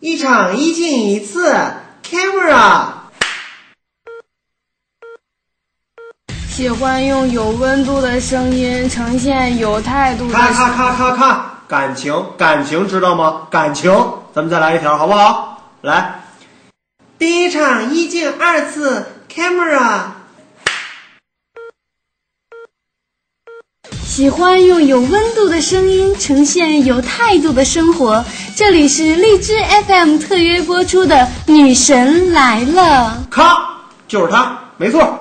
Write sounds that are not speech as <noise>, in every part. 一场一进一次，camera。喜欢用有温度的声音呈现有态度的。咔咔咔咔咔，感情感情知道吗？感情，咱们再来一条好不好？来，第一场一进二次 camera。喜欢用有温度的声音呈现有态度的生活。这里是荔枝 FM 特约播出的《女神来了》。咔，就是他，没错。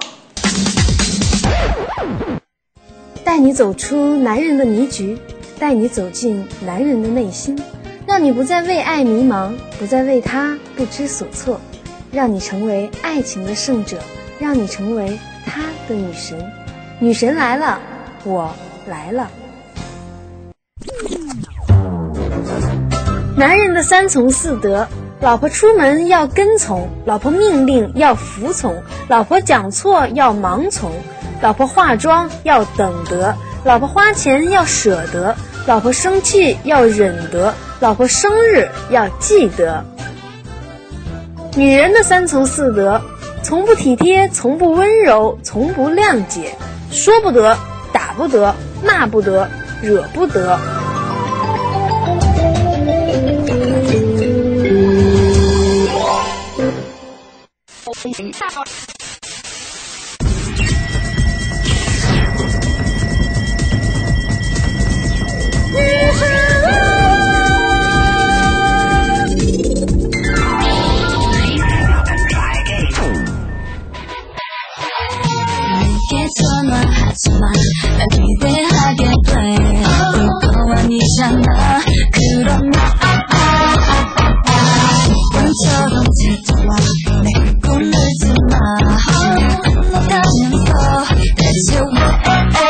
带你走出男人的迷局，带你走进男人的内心，让你不再为爱迷茫，不再为他不知所措，让你成为爱情的胜者，让你成为他的女神。女神来了，我来了。男人的三从四德：老婆出门要跟从，老婆命令要服从，老婆讲错要盲从，老婆化妆要等得，老婆花钱要舍得，老婆生气要忍得，老婆生日要记得。女人的三从四德：从不体贴，从不温柔，从不谅解，说不得，打不得，骂不得，惹不得。 내게 전화하지만 날 기대하게 돼 별거 아니잖아 그런 나 꿈처럼 질투와 내 꿈을 지마 건너가면서 대체 왜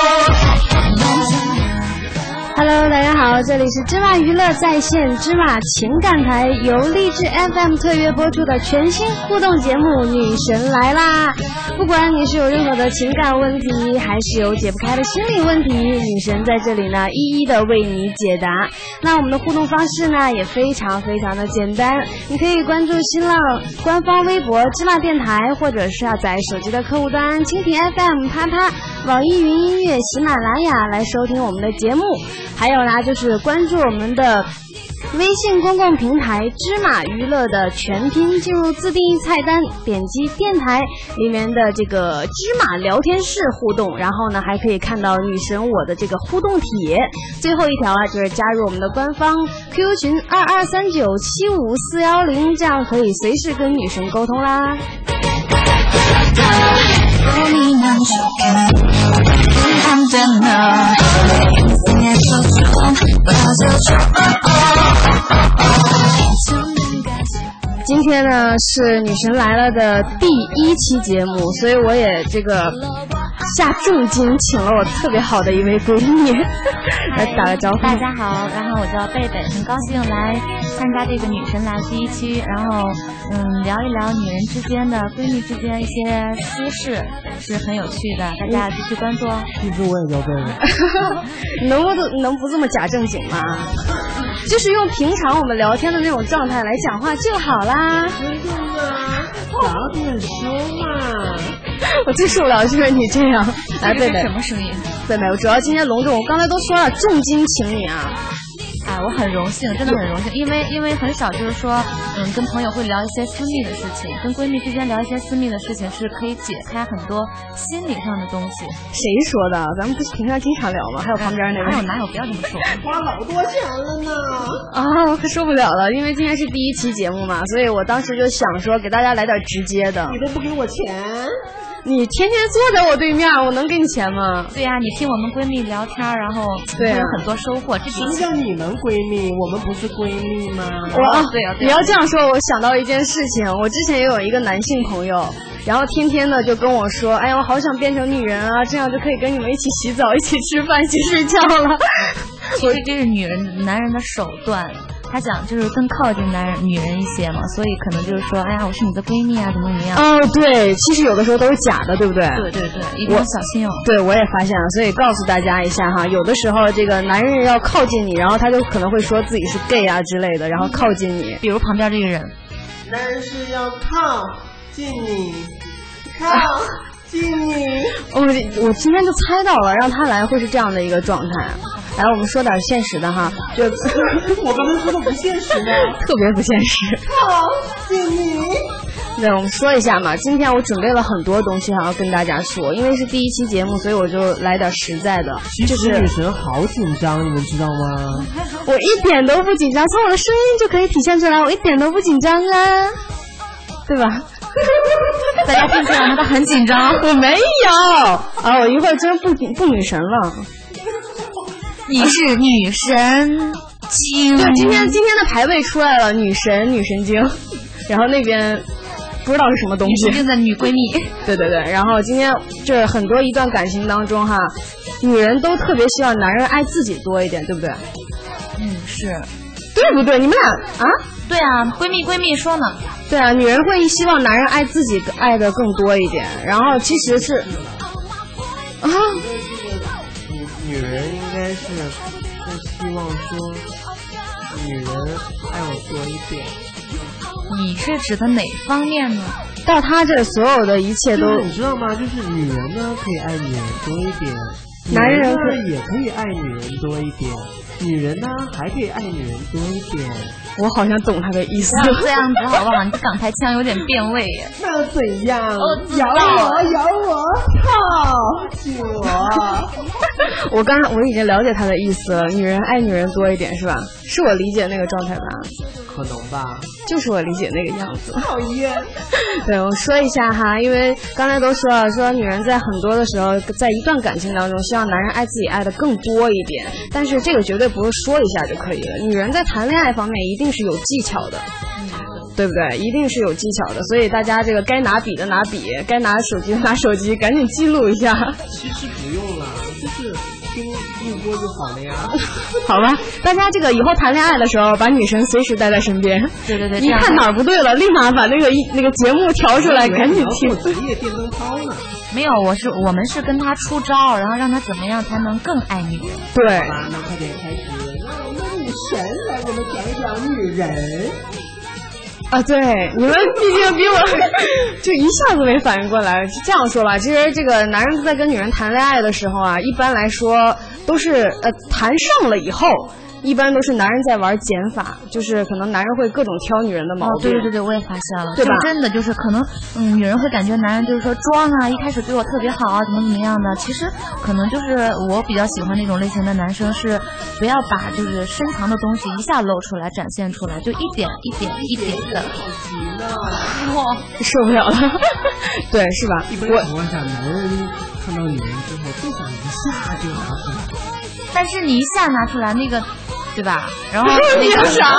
Hello，大家好，这里是芝麻娱乐在线芝麻情感台，由励志 FM 特约播出的全新互动节目《女神来啦》。不管你是有任何的情感问题，还是有解不开的心理问题，女神在这里呢，一一的为你解答。那我们的互动方式呢，也非常非常的简单，你可以关注新浪官方微博芝麻电台，或者下载手机的客户端蜻蜓 FM、啪啪、网易云音乐、喜马拉雅来收听我们的节目。还有呢，就是关注我们的微信公共平台“芝麻娱乐”的全拼，进入自定义菜单，点击电台里面的这个“芝麻聊天室”互动，然后呢，还可以看到女神我的这个互动帖。最后一条啊，就是加入我们的官方 QQ 群二二三九七五四幺零，这样可以随时跟女神沟通啦。 고민한 척해 안돼 너 인생에서 좀 빠져줘 今天呢是《女神来了》的第一期节目，所以我也这个下重金请了我特别好的一位闺蜜来打个招呼。大家好，然后我叫贝贝，很高兴来参加这个女神来了第一期，然后嗯聊一聊女人之间的闺蜜之间一些私事，是很有趣的，大家继续关注哦。其实我也叫贝贝，能不能不这么假正经吗？就是用平常我们聊天的那种状态来讲话就好啦。早啊点说嘛！ <laughs> 我最受不了就是你这样。哎来，贝贝什，么声音？贝贝，我主要今天隆重，我刚才都说了，重金请你啊。啊，我很荣幸，真的很荣幸，因为因为很少就是说，嗯，跟朋友会聊一些私密的事情，跟闺蜜之间聊一些私密的事情是可以解开很多心理上的东西。谁说的？咱们不是平常经常聊吗？还有旁边那位。哎哪有哪有，不要这么说。 <laughs> 花老多钱了呢。啊，我可受不了了，因为今天是第一期节目嘛，所以我当时就想说给大家来点直接的。你都不给我钱，你天天坐在我对面，我能给你钱吗？对呀、你听我们闺蜜聊天儿，然后对会啊有很多收获。这什么叫你们闺蜜？我们不是闺蜜吗？我啊对啊对啊你要这样说，我想到一件事情，我之前也有一个男性朋友，然后天天的就跟我说，哎呀，我好想变成女人啊，这样就可以跟你们一起洗澡、一起吃饭、一起睡觉了。其实这是女人、男人的手段，她想就是更靠近男人女人一些嘛，所以可能就是说，哎呀，我是你的闺蜜啊，怎么怎么样。哦，对，其实有的时候都是假的，对不对？对对对，一定要小心哦。对，我也发现了，所以告诉大家一下哈，有的时候这个男人要靠近你，然后他就可能会说自己是 gay 啊之类的，然后靠近你。比如旁边这个人，但是要靠近你，靠近你。我我今天就猜到了，让他来会是这样的一个状态。来，我们说点现实的哈，就我刚才说的不现实吗？特别不现实。对，我们说一下嘛。今天我准备了很多东西，想要跟大家说，因为是第一期节目，所以我就来点实在的。其就实是女神好紧张，你们知道吗？我一点都不紧张，从我的声音就可以体现出来，我一点都不紧张啊，对吧？ <laughs> 大家听出来吗？她很紧张。我没有啊，我一会儿真不紧不女神了。你是女神经，对，今天今天的排位出来了，女神、女神经， <laughs> 然后那边不知道是什么东西女。神经的女闺蜜。对对对，然后今天这很多一段感情当中哈，女人都特别希望男人爱自己多一点，对不对？嗯，是。对不对？你们俩啊？对啊，闺蜜闺蜜说呢，对啊，女人会希望男人爱自己爱的更多一点，然后其实是啊，女女人应该是更希望说，女人爱我多一点。你是指的哪方面呢？ <laughs> 到他这所有的一切都就是你知道吗？就是女人呢可以爱女人多一点，男人呢可以也可以爱女人多一点，女人呢还可以爱女人多一点。我好像懂他的 <laughs> 意思不。要这样子好不好？你这港台腔有点变味耶。那怎样？咬我！我刚我已经了解他的意思了，女人爱女人多一点是吧？是我理解那个状态吧？可能吧。就是我理解那个样 <laughs> 子。讨厌。 <laughs> 对，我说一下哈，因为刚才都说了，说女人在很多的时候，在一段感情当中，希望男人爱自己爱的更多一点，但是这个绝对不是说一下就可以了。女人在谈恋爱方面一定是有技巧的。嗯对不对？一定是有技巧的，所以大家这个该拿笔的拿笔，该拿手机的拿手机，赶紧记录一下，其实不用啦，就是听录播就好 <laughs> 了呀。好吧？大家这个以后谈恋爱的时候，把女神随时带在身边。对对对，这一样看哪儿不对了，立马把那个一那个节目调出来，赶紧听。我职业电灯泡呢？没有，我是我们是跟她出招，然后让她怎么样才能更爱女人。对，啊，那快点开始。让我们女神来，我们讲一讲女人。啊，对，你们毕竟比我 <laughs> 就一下子没反应过来。是这样说吧，其实这个男人在跟女人谈恋爱的时候啊，一般来说都是呃谈上了以后。一般都是男人在玩减法，就是可能男人会各种挑女人的毛哦，病。对对对对，我也发现了，对就吧真的就是可能，嗯，女人会感觉男人就是说装啊，一开始对我特别好啊，怎么怎么样的。其实可能就是我比较喜欢那种类型的男生，是不要把就是深藏的东西一下露出来、展现出来，就一点一点一点的。受不了了， <laughs> 对，是吧？一般我情况下，男人看到女人之后，都想一下就拿出来。但是你一下拿出来那个，对吧？然后 <laughs> 你那有个啥呀？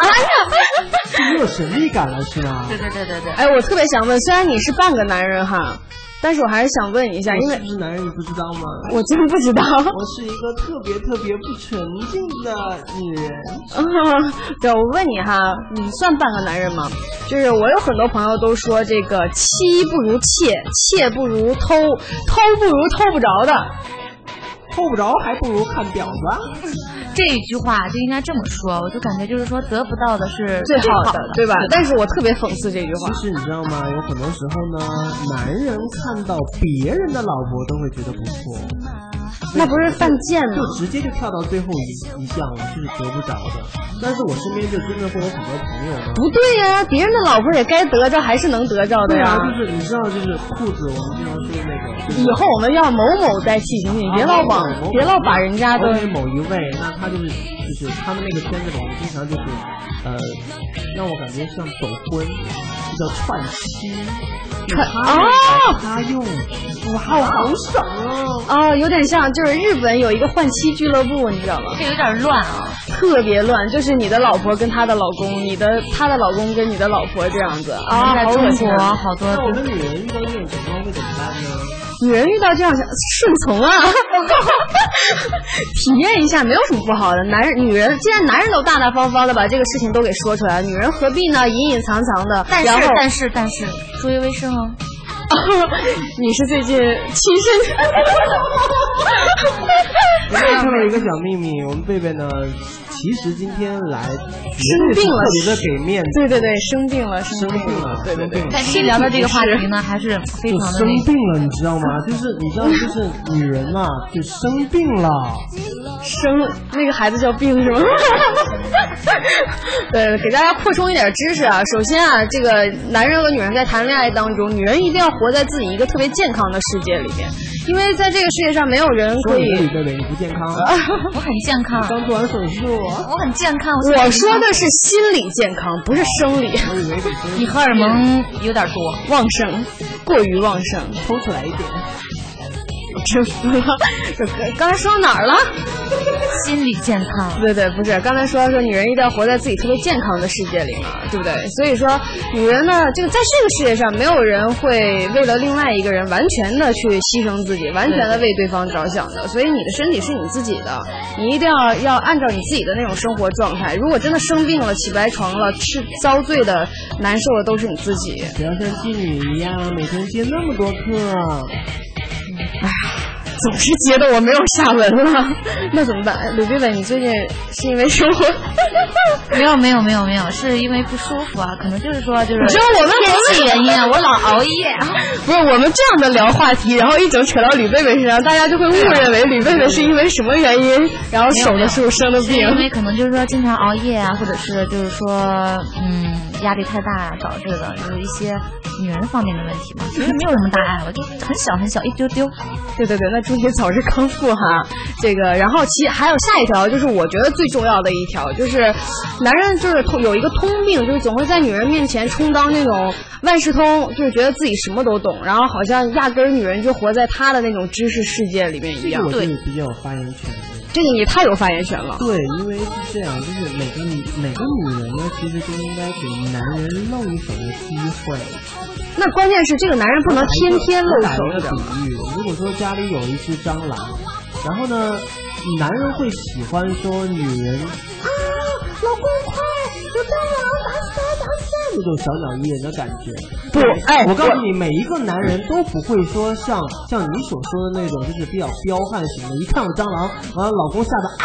就没有神秘感了，是吗？ <laughs> 对对对对对。哎，我特别想问，虽然你是半个男人哈，但是我还是想问一下，因为我是不是男人，你不知道吗？我真不知道。我是一个特别特别不纯净的女人。嗯， <laughs> 对，我问你哈，你算半个男人吗？就是我有很多朋友都说这个妻不如妾，妾不如偷，偷不如偷不着的。偷不着，还不如看婊子。这一句话就应该这么说，我就感觉就是说得不到的是最好好的，对吧？但是我特别讽刺这句话其，实你知道吗？有很多时候呢，男人看到别人的老婆都会觉得不错，那不是犯贱吗？就直接就跳到最后一一项，就是得不着的。但是我身边就真的会有很多朋友呢。不对呀、别人的老婆也该得着，还是能得着的对啊呀，。就是你知道，就是裤子，我们经常说的那个，就是以后我们要某某代替，行不行？别老往，别老把人家的因为某一位，那他就是就是他们那个圈子里面经常就是呃，让我感觉像走婚，就叫串妻。串哦，他用，哇，好爽哦！啊哦，有点像，就是日本有一个换妻俱乐部，你知道吗？这有点乱啊。特别乱，就是你的老婆跟她的老公，你的她的老公跟你的老婆这样子啊，在在中中国国好多那我们女人遇到这种情况会怎么办呢？女人遇到这样的顺从啊， <laughs> 体验一下没有什么不好的。男人、女人，既然男人都大大方方的把这个事情都给说出来了，女人何必呢？隐隐藏藏的，但然是后但是但是，注意卫生哦。 <laughs> 你是最近亲 <laughs> 身，我们看到一个小秘密，我们贝贝呢，其实今天来生病了特别的给面子，对对对，生病了，生生病病了，对对对生病。了但是一聊到这个话题呢，还是非就常的生那个。病了，你知道吗？就是你知道，就是女人嘛，就生病了。生那个孩子叫病是吗？ <laughs> 对，给大家扩充一点知识啊。首先啊，这个男人和女人在谈恋爱当中，女人一定要活在自己一个特别健康的世界里面，因为在这个世界上没有人说可你以自己贝贝，你不健康，我很健康，刚做完手术，我很健康。现在我说的是心理健康，不是生理我以为你 <laughs> 是你荷尔蒙有点多，旺盛，过于旺盛。抽出来一点。真服了， <laughs> 这刚刚才说到哪儿了？心理健康。对对，不是，刚才说说女人一定要活在自己特别健康的世界里嘛，对不对？所以说，女人呢，这个在这个世界上，没有人会为了另外一个人完全的去牺牲自己，完全的为对方着想的。所以你的身体是你自己的，你一定要要按照你自己的那种生活状态。如果真的生病了、起白床了、吃遭罪的、难受的都是你自己。不要像妓女一样，每天接那么多课。总是觉得我没有下文了，那怎么办？吕贝贝，你最近是因为生活？ <laughs> 没有没有没有没有，是因为不舒服啊，可能就是说就是你知道我们天气原因啊，我老熬夜。不是我们这样的聊话题，然后一整扯到吕贝贝身上，大家就会误认为吕贝贝是因为什么原因，然后手的术生的是病。因为可能就是说经常熬夜啊，或者是就是说，嗯，压力太大呀、导致的，就是一些女人方面的问题嘛。其实没有什么大碍，我就很小很小一丢丢。对对对，那祝你早日康复哈。这个，然后其还有下一条，就是我觉得最重要的一条，就是男人就是通有一个通病，就是总会在女人面前充当那种万事通，就是觉得自己什么都懂，然后好像压根儿女人就活在他的那种知识世界里面一样我。这里比较有发言权的。这个你太有发言权了。对，因为是这样，就是每个女每个女人呢，其实都应该给男人露一手的机会。那关键是这个男人不能天天露打一手个的。比喻，如果说家里有一只蟑螂，然后呢，男人会喜欢说女人啊，老公快，有蟑螂，打死它，打死它，那种小鸟依人的感觉。不，哎，我告诉你，每一个男人都不会说像像你所说的那种，就是比较彪悍型的，一看到蟑螂，完了老公吓得啊，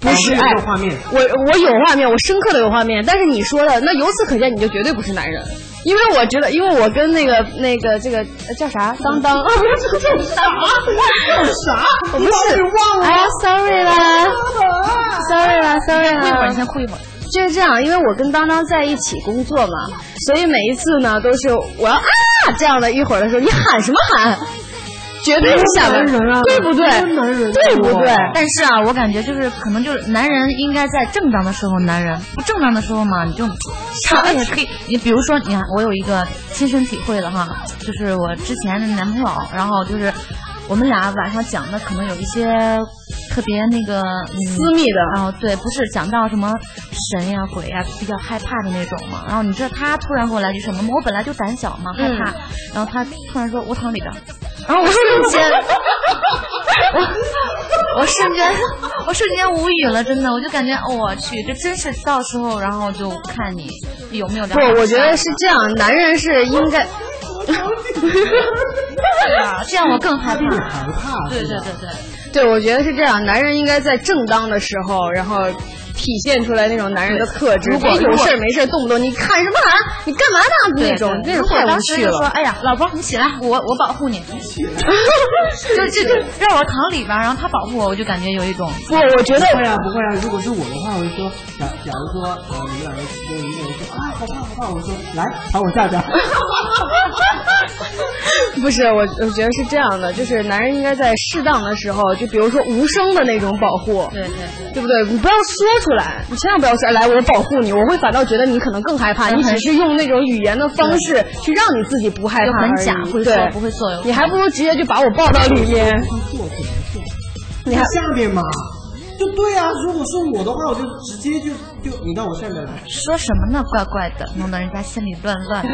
不是这哎个画面。我我有画面，我深刻的有画面。但是你说的，那由此可见，你就绝对不是男人，因为我觉得，因为我跟那个那个这个呃叫啥当当，叫啥啥，我不是忘了，哎呀，sorry 啦，sorry 啦，sorry 啦，一会儿你先哭一会儿。就是这样，因为我跟当当在一起工作嘛，所以每一次呢都是我要啊这样的，一会儿的时候你喊什么喊，绝对是吓男人啊对不对？男人啊对不 <laughs> 对？但是啊，我感觉就是可能就是男人应该在正当的时候，男人不正当的时候嘛，你就啥也可以。你比如说，你看我有一个亲身体会的哈，就是我之前的男朋友，然后就是我们俩晚上讲的可能有一些特别那个、嗯、私密的然后对，不是讲到什么神呀、鬼呀，比较害怕的那种嘛。然后你知道他突然给我来句什么吗？我本来就胆小嘛，害怕。然后他突然说：“我躺里边儿。”然后我瞬间，我我瞬间，我瞬间无语了，真的，我就感觉哦我去，这真是到时候，然后就看你有没有聊。不，我觉得是这样，男人是应 <laughs> 该。这样我更害怕。害怕，对对对对。对，我觉得是这样，男人应该在正当的时候，然后体现出来那种男人的特质。如果别有如果事儿没事儿动不动你看什么喊，你干嘛呢？对那种对那种如果太无当时趣就说 <laughs> 了。：“哎呀，老婆，你起来，我我保护你。”就就就让我躺里边儿，然后他保护我，我就感觉有一种不，我觉得不会啊，不会啊。如果是我的话，我就说，假假如说，呃，你们两个其中一个人说啊，好怕好怕，我说来把我啊吓着。不是，我我觉得是这样的，就是男人应该在适当的时候，就比如说无声的那种保护，对对对，对不对？你不要说出来，你千万不要说来我保护你，我会反倒觉得你可能更害怕。嗯你很只是用那种语言的方式去让你自己不害就怕而很已假，会对做不会做。哦你还不如直接就把我抱到里面。你还下面嘛。就对啊，如果是我的话，我就直接就就你到我下面来。说什么呢？怪怪的，弄得人家心里乱乱的。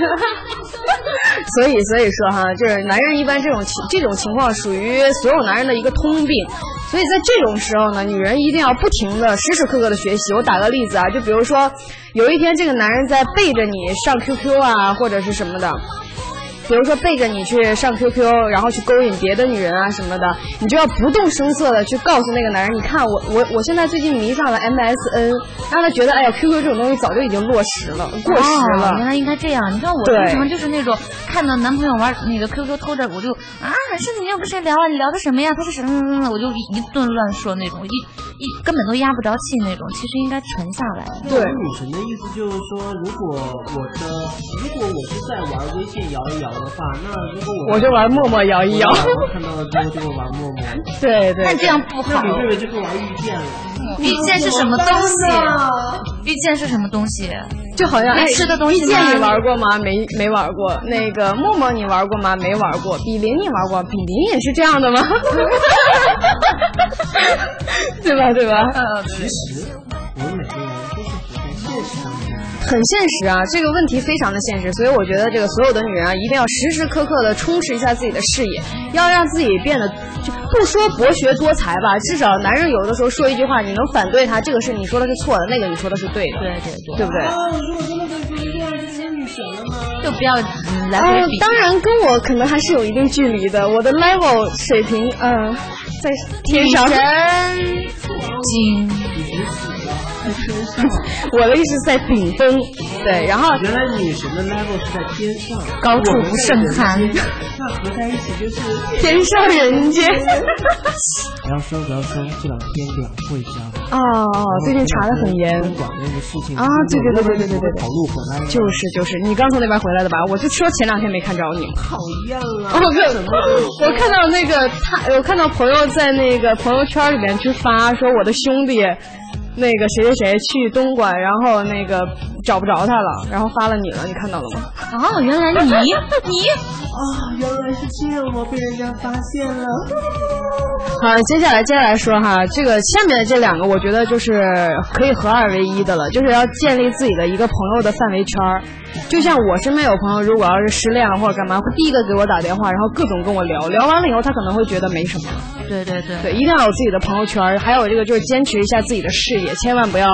所以，所以说哈，就是男人一般这种情这种情况属于所有男人的一个通病。所以在这种时候呢，女人一定要不停的、时时刻刻的学习。我打个例子啊，就比如说，有一天这个男人在背着你上 QQ 啊，或者是什么的，比如说背着你去上 QQ，然后去勾引别的女人啊什么的，你就要不动声色的去告诉那个男人，你看我我我现在最近迷上了 MSN，让他觉得哎呀 QQ 这种东西早就已经落时了，过时了。哦原来应该这样。你看我对平常就是那种看到男朋友玩那个 QQ 偷着，我就啊，是你又跟谁聊啊？聊的什么呀？他是什么什么什么？我就一一顿乱说那种，一一根本都压不着气那种。其实应该沉下来。对那女神的意思就是说，如果我的如果我是在玩微信摇一摇的话，那如果我我就玩陌陌摇 <laughs> 一摇。我看到了之后就会玩陌陌，对对，但这样不好那。你这个就会玩遇见了。遇见是什么东西？遇见是什么东西？就好像没哎吃的东西遇见吗你玩过吗？没没玩过。那个默默你玩过吗？没玩过。比邻你玩过？比邻也是这样的 <laughs> 吗？对吧？嗯对吧？其实我们每个人都是活在现实当中的。很现实啊，这个问题非常的现实，所以我觉得这个所有的女人啊，一定要时时刻刻的充实一下自己的视野，要让自己变得就不说博学多才吧，至少男人有的时候说一句话，你能反对他，这个是你说的是错的，那个你说的是对的，对对对，对不对？就不要嗯来哎回比。当然跟我可能还是有一定距离的，我的 level 水平，嗯、在天上。金我的意思是在顶峰，对，然后原来女神的 level 是在天上，高处不胜寒。那合在一起就是。天上人间。不要说不要说，这两天两会上， <laughs> 哦，最近查的很严。公管那个事情啊对对对对对对对对跑路回来了就是就是，你刚从那边回来的吧？我就说前两天没看着你。讨厌了。哦，没有，我看到那个他，我看到朋友在那个朋友圈里面去发，说我的兄弟，那个谁谁谁去东莞，然后那个找不着他了，然后发了你了，你看到了吗？哦，原来你 <laughs> 你啊，原来是这样吗？被人家发现了。好，接下来接下来说哈，这个下面的这两个，我觉得就是可以合二为一的了，就是要建立自己的一个朋友的范围圈儿。就像我身边有朋友，如果要是失恋了或者干嘛，会第一个给我打电话，然后各种跟我聊，聊完了以后，他可能会觉得没什么。对对对。对，一定要有自己的朋友圈儿，还有这个就是坚持一下自己的事业，千万不要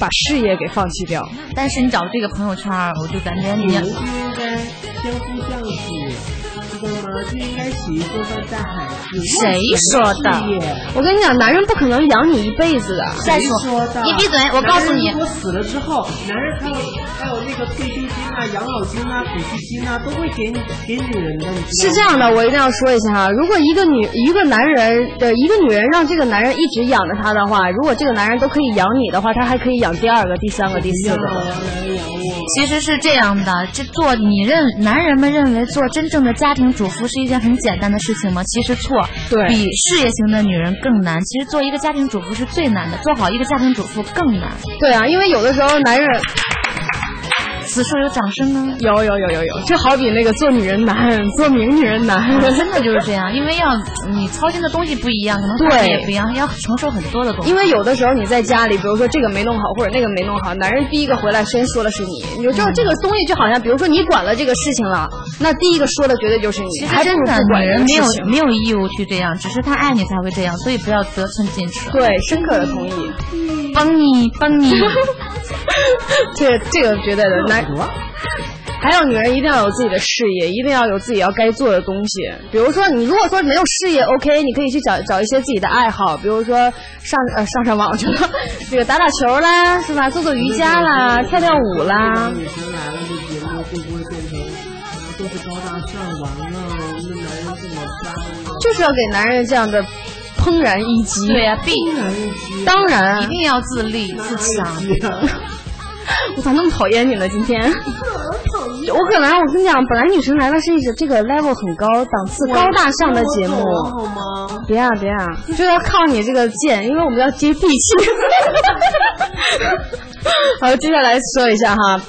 把事业给放弃掉。但是你找这个朋友圈儿，我就感觉你你们就应该相夫教子，知道吗？就应该洗衣做饭带孩子。谁说的？我跟你讲，男人不可能养你一辈子的。再说，你闭嘴！我告诉你男人如，果死了之后，男人还有还有那个退休金啊、养老金啊、抚恤金啊，都会给你给女人的，你是知道吗这样的，我一定要说一下哈，如果一个女一个男人的一个女人让这个男人一直养着她的话，如果这个男人都可以养你的话，他还可以养第二个、第三个、第四个。其实是这样的，这做你认男人们认为做真正的家庭主妇是一件很简单的事情吗？其实错，对比事业型的女人更难。其实做一个家庭主妇是最难的，做好一个家庭主妇更难。对啊，因为有的时候男人此处有掌声呢。有有有有有，就好比那个做女人难，做名女人难。真的就是这样，因为要你操心的东西不一样，可能对范围也不一样，要承受很多的东 <laughs> 西。因为有的时候你在家里，比如说这个没弄好或者那个没弄好，男人第一个回来先说的是你。你就知道这个东西就好像，比如说你管了这个事情了，那第一个说的绝对就是你，其还实不如真的不管女这个人没有事情没有义务去这样，只是她爱你才会这样，所以不要得寸进尺。对，深刻的同意。帮你帮你，这个这个绝对的男。还有女人一定要有自己的事业，一定要有自己要该做的东西。比如说，你如果说没有事业，OK，你可以去找找一些自己的爱好，比如说上呃上上网去了， <laughs> 这个打打球啦，是吧？做做瑜伽啦，跳跳舞啦。女神来了，这节目会不会变成都是高大上完了？我们的男人怎么办呢？就是要给男人这样的怦然一击。 <laughs> 对 <laughs> 呀、必当然啊一，定要自立自强。我咋那么讨厌你呢？今天，我可能我跟你讲，本来女神来了是一个这个 level 很高、档次高大上的节目，别啊别啊，就要靠你这个贱，因为我们要接地气。好，接下来说一下哈。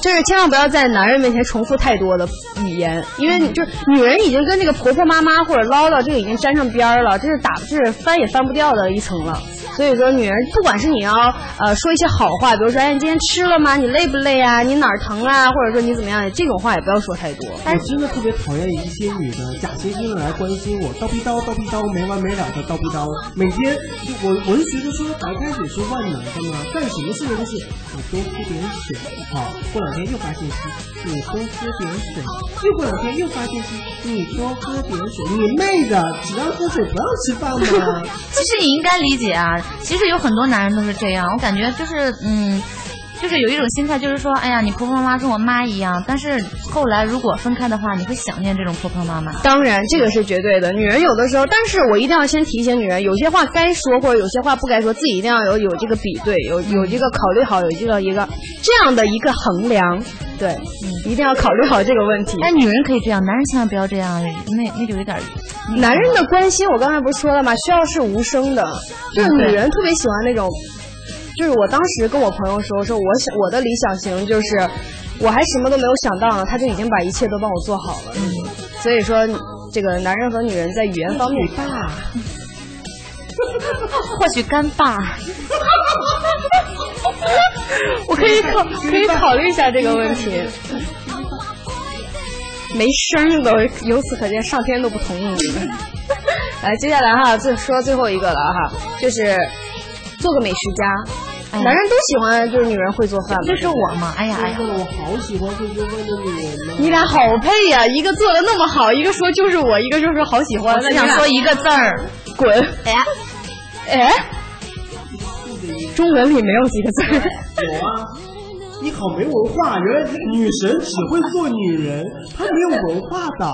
就是千万不要在男人面前重复太多的语言，因为你就是女人已经跟这个婆婆妈妈或者唠叨这个已经沾上边儿了，这是打这是翻也翻不掉的一层了。所以说，女人不管是你要呃说一些好话，比如说哎你今天吃了吗？你累不累啊？你哪儿疼啊？或者说你怎么样？这种话也不要说太多。我真的特别讨厌一些女的假惺惺的来关心我，叨逼叨叨逼叨，没完没了的叨逼叨。每天就我文学就说白开水是万能的嘛，干什么事情都是你多喝点水，好，过两天又发信息，你多喝点水，又过两天又发信息，你多喝点水，你妹的，只要喝水不要吃饭吗？其实你应该理解啊，其实有很多男人都是这样，我感觉就是嗯。就是有一种心态，就是说，哎呀，你婆婆妈妈跟我妈一样，但是后来如果分开的话，你会想念这种婆婆妈妈。当然，这个是绝对的。女人有的时候，但是我一定要先提醒女人，有些话该说或者有些话不该说，自己一定要有有这个比对，有有这个考虑好，有这个一个这样的一个衡量，对，一定要考虑好这个问题。但哎女人可以这样，男人千万不要这样，那那就有点儿。男人的关心，我刚才不是说了吗？需要是无声的，就是女人特别喜欢那种。就是我当时跟我朋友说，我说我想我的理想型就是，我还什么都没有想到呢，他就已经把一切都帮我做好了。所以说，这个男人和女人在语言方面，或许干爸，我可以考可以考虑一下这个问题。没声的，由此可见，上天都不同意你 <laughs> 们。来，接下来哈，最说最后一个了哈，就是做个美食家。哎男人都喜欢，就是女人会做饭嘛，就是我嘛，哎呀哎呀真，的，我好喜欢会做饭的女人呢。你俩好配呀、一个做的那么好，一个说就是我，一个就说好喜欢。我只想说一个字儿，滚！哎哎，中文里没有几个字儿。有啊，你好没文化，原来女神只会做女人，她没有文化的。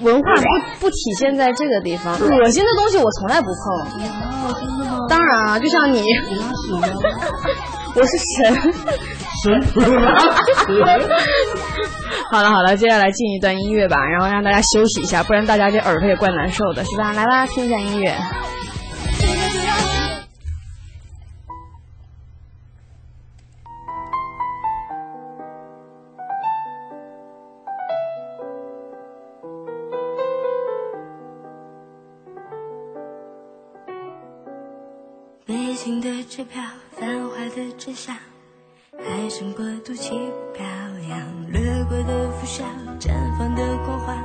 文化不不体现在这个地方，恶心的东西我从来不碰。当然啊，就像你，你拉屎吗？我是神。神不 <laughs> 用拉屎。好了好了，接下来进一段音乐吧，然后让大家休息一下，不然大家这耳朵也怪难受的，是吧？来吧，听一下音乐。北京的支票，繁华的街上，海上国度旗飘扬，掠过的拂晓，绽放的光华，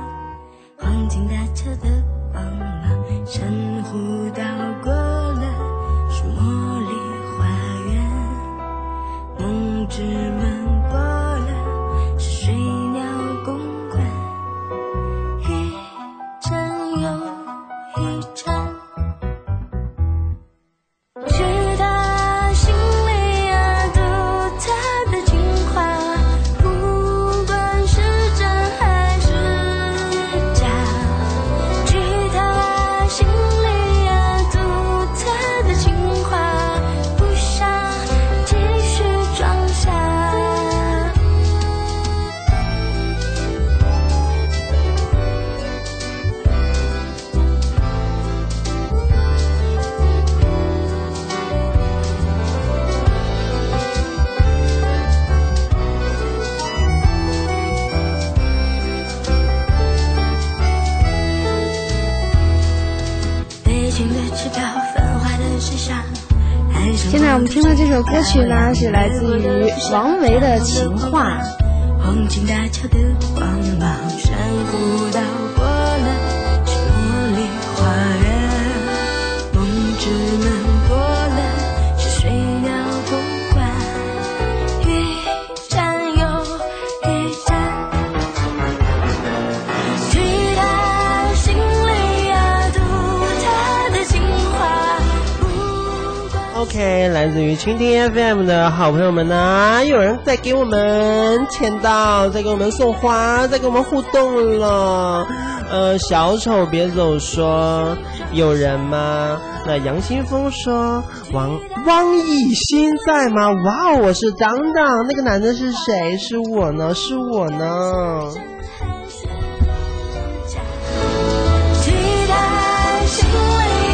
黄金大桥的光芒，珊瑚岛过了，是茉莉花园，梦之门过了，是水鸟公馆，一站又一站。是他心里啊独特的情话，不管是真还是假。是他心里啊独特的情话，不想继续装下。北京的支票，繁华的时尚。现在我们听到这首歌曲呢，是来自于王维的《情话》。黄金大桥的光芒，珊瑚岛过了，是茉莉花园；梦之门过了，是水鸟公馆。一站又一站。是他心里呀独特的情话，不管。 OK，来自于蜻蜓 FM 的好朋友们呢、有人在给我们签到，在给我们送花，在给我们互动了。呃，小丑别走说有人吗？那杨新峰说王汪艺兴在吗？哇哦，我是当当，那个男的是谁？是我呢，是我呢。是他心里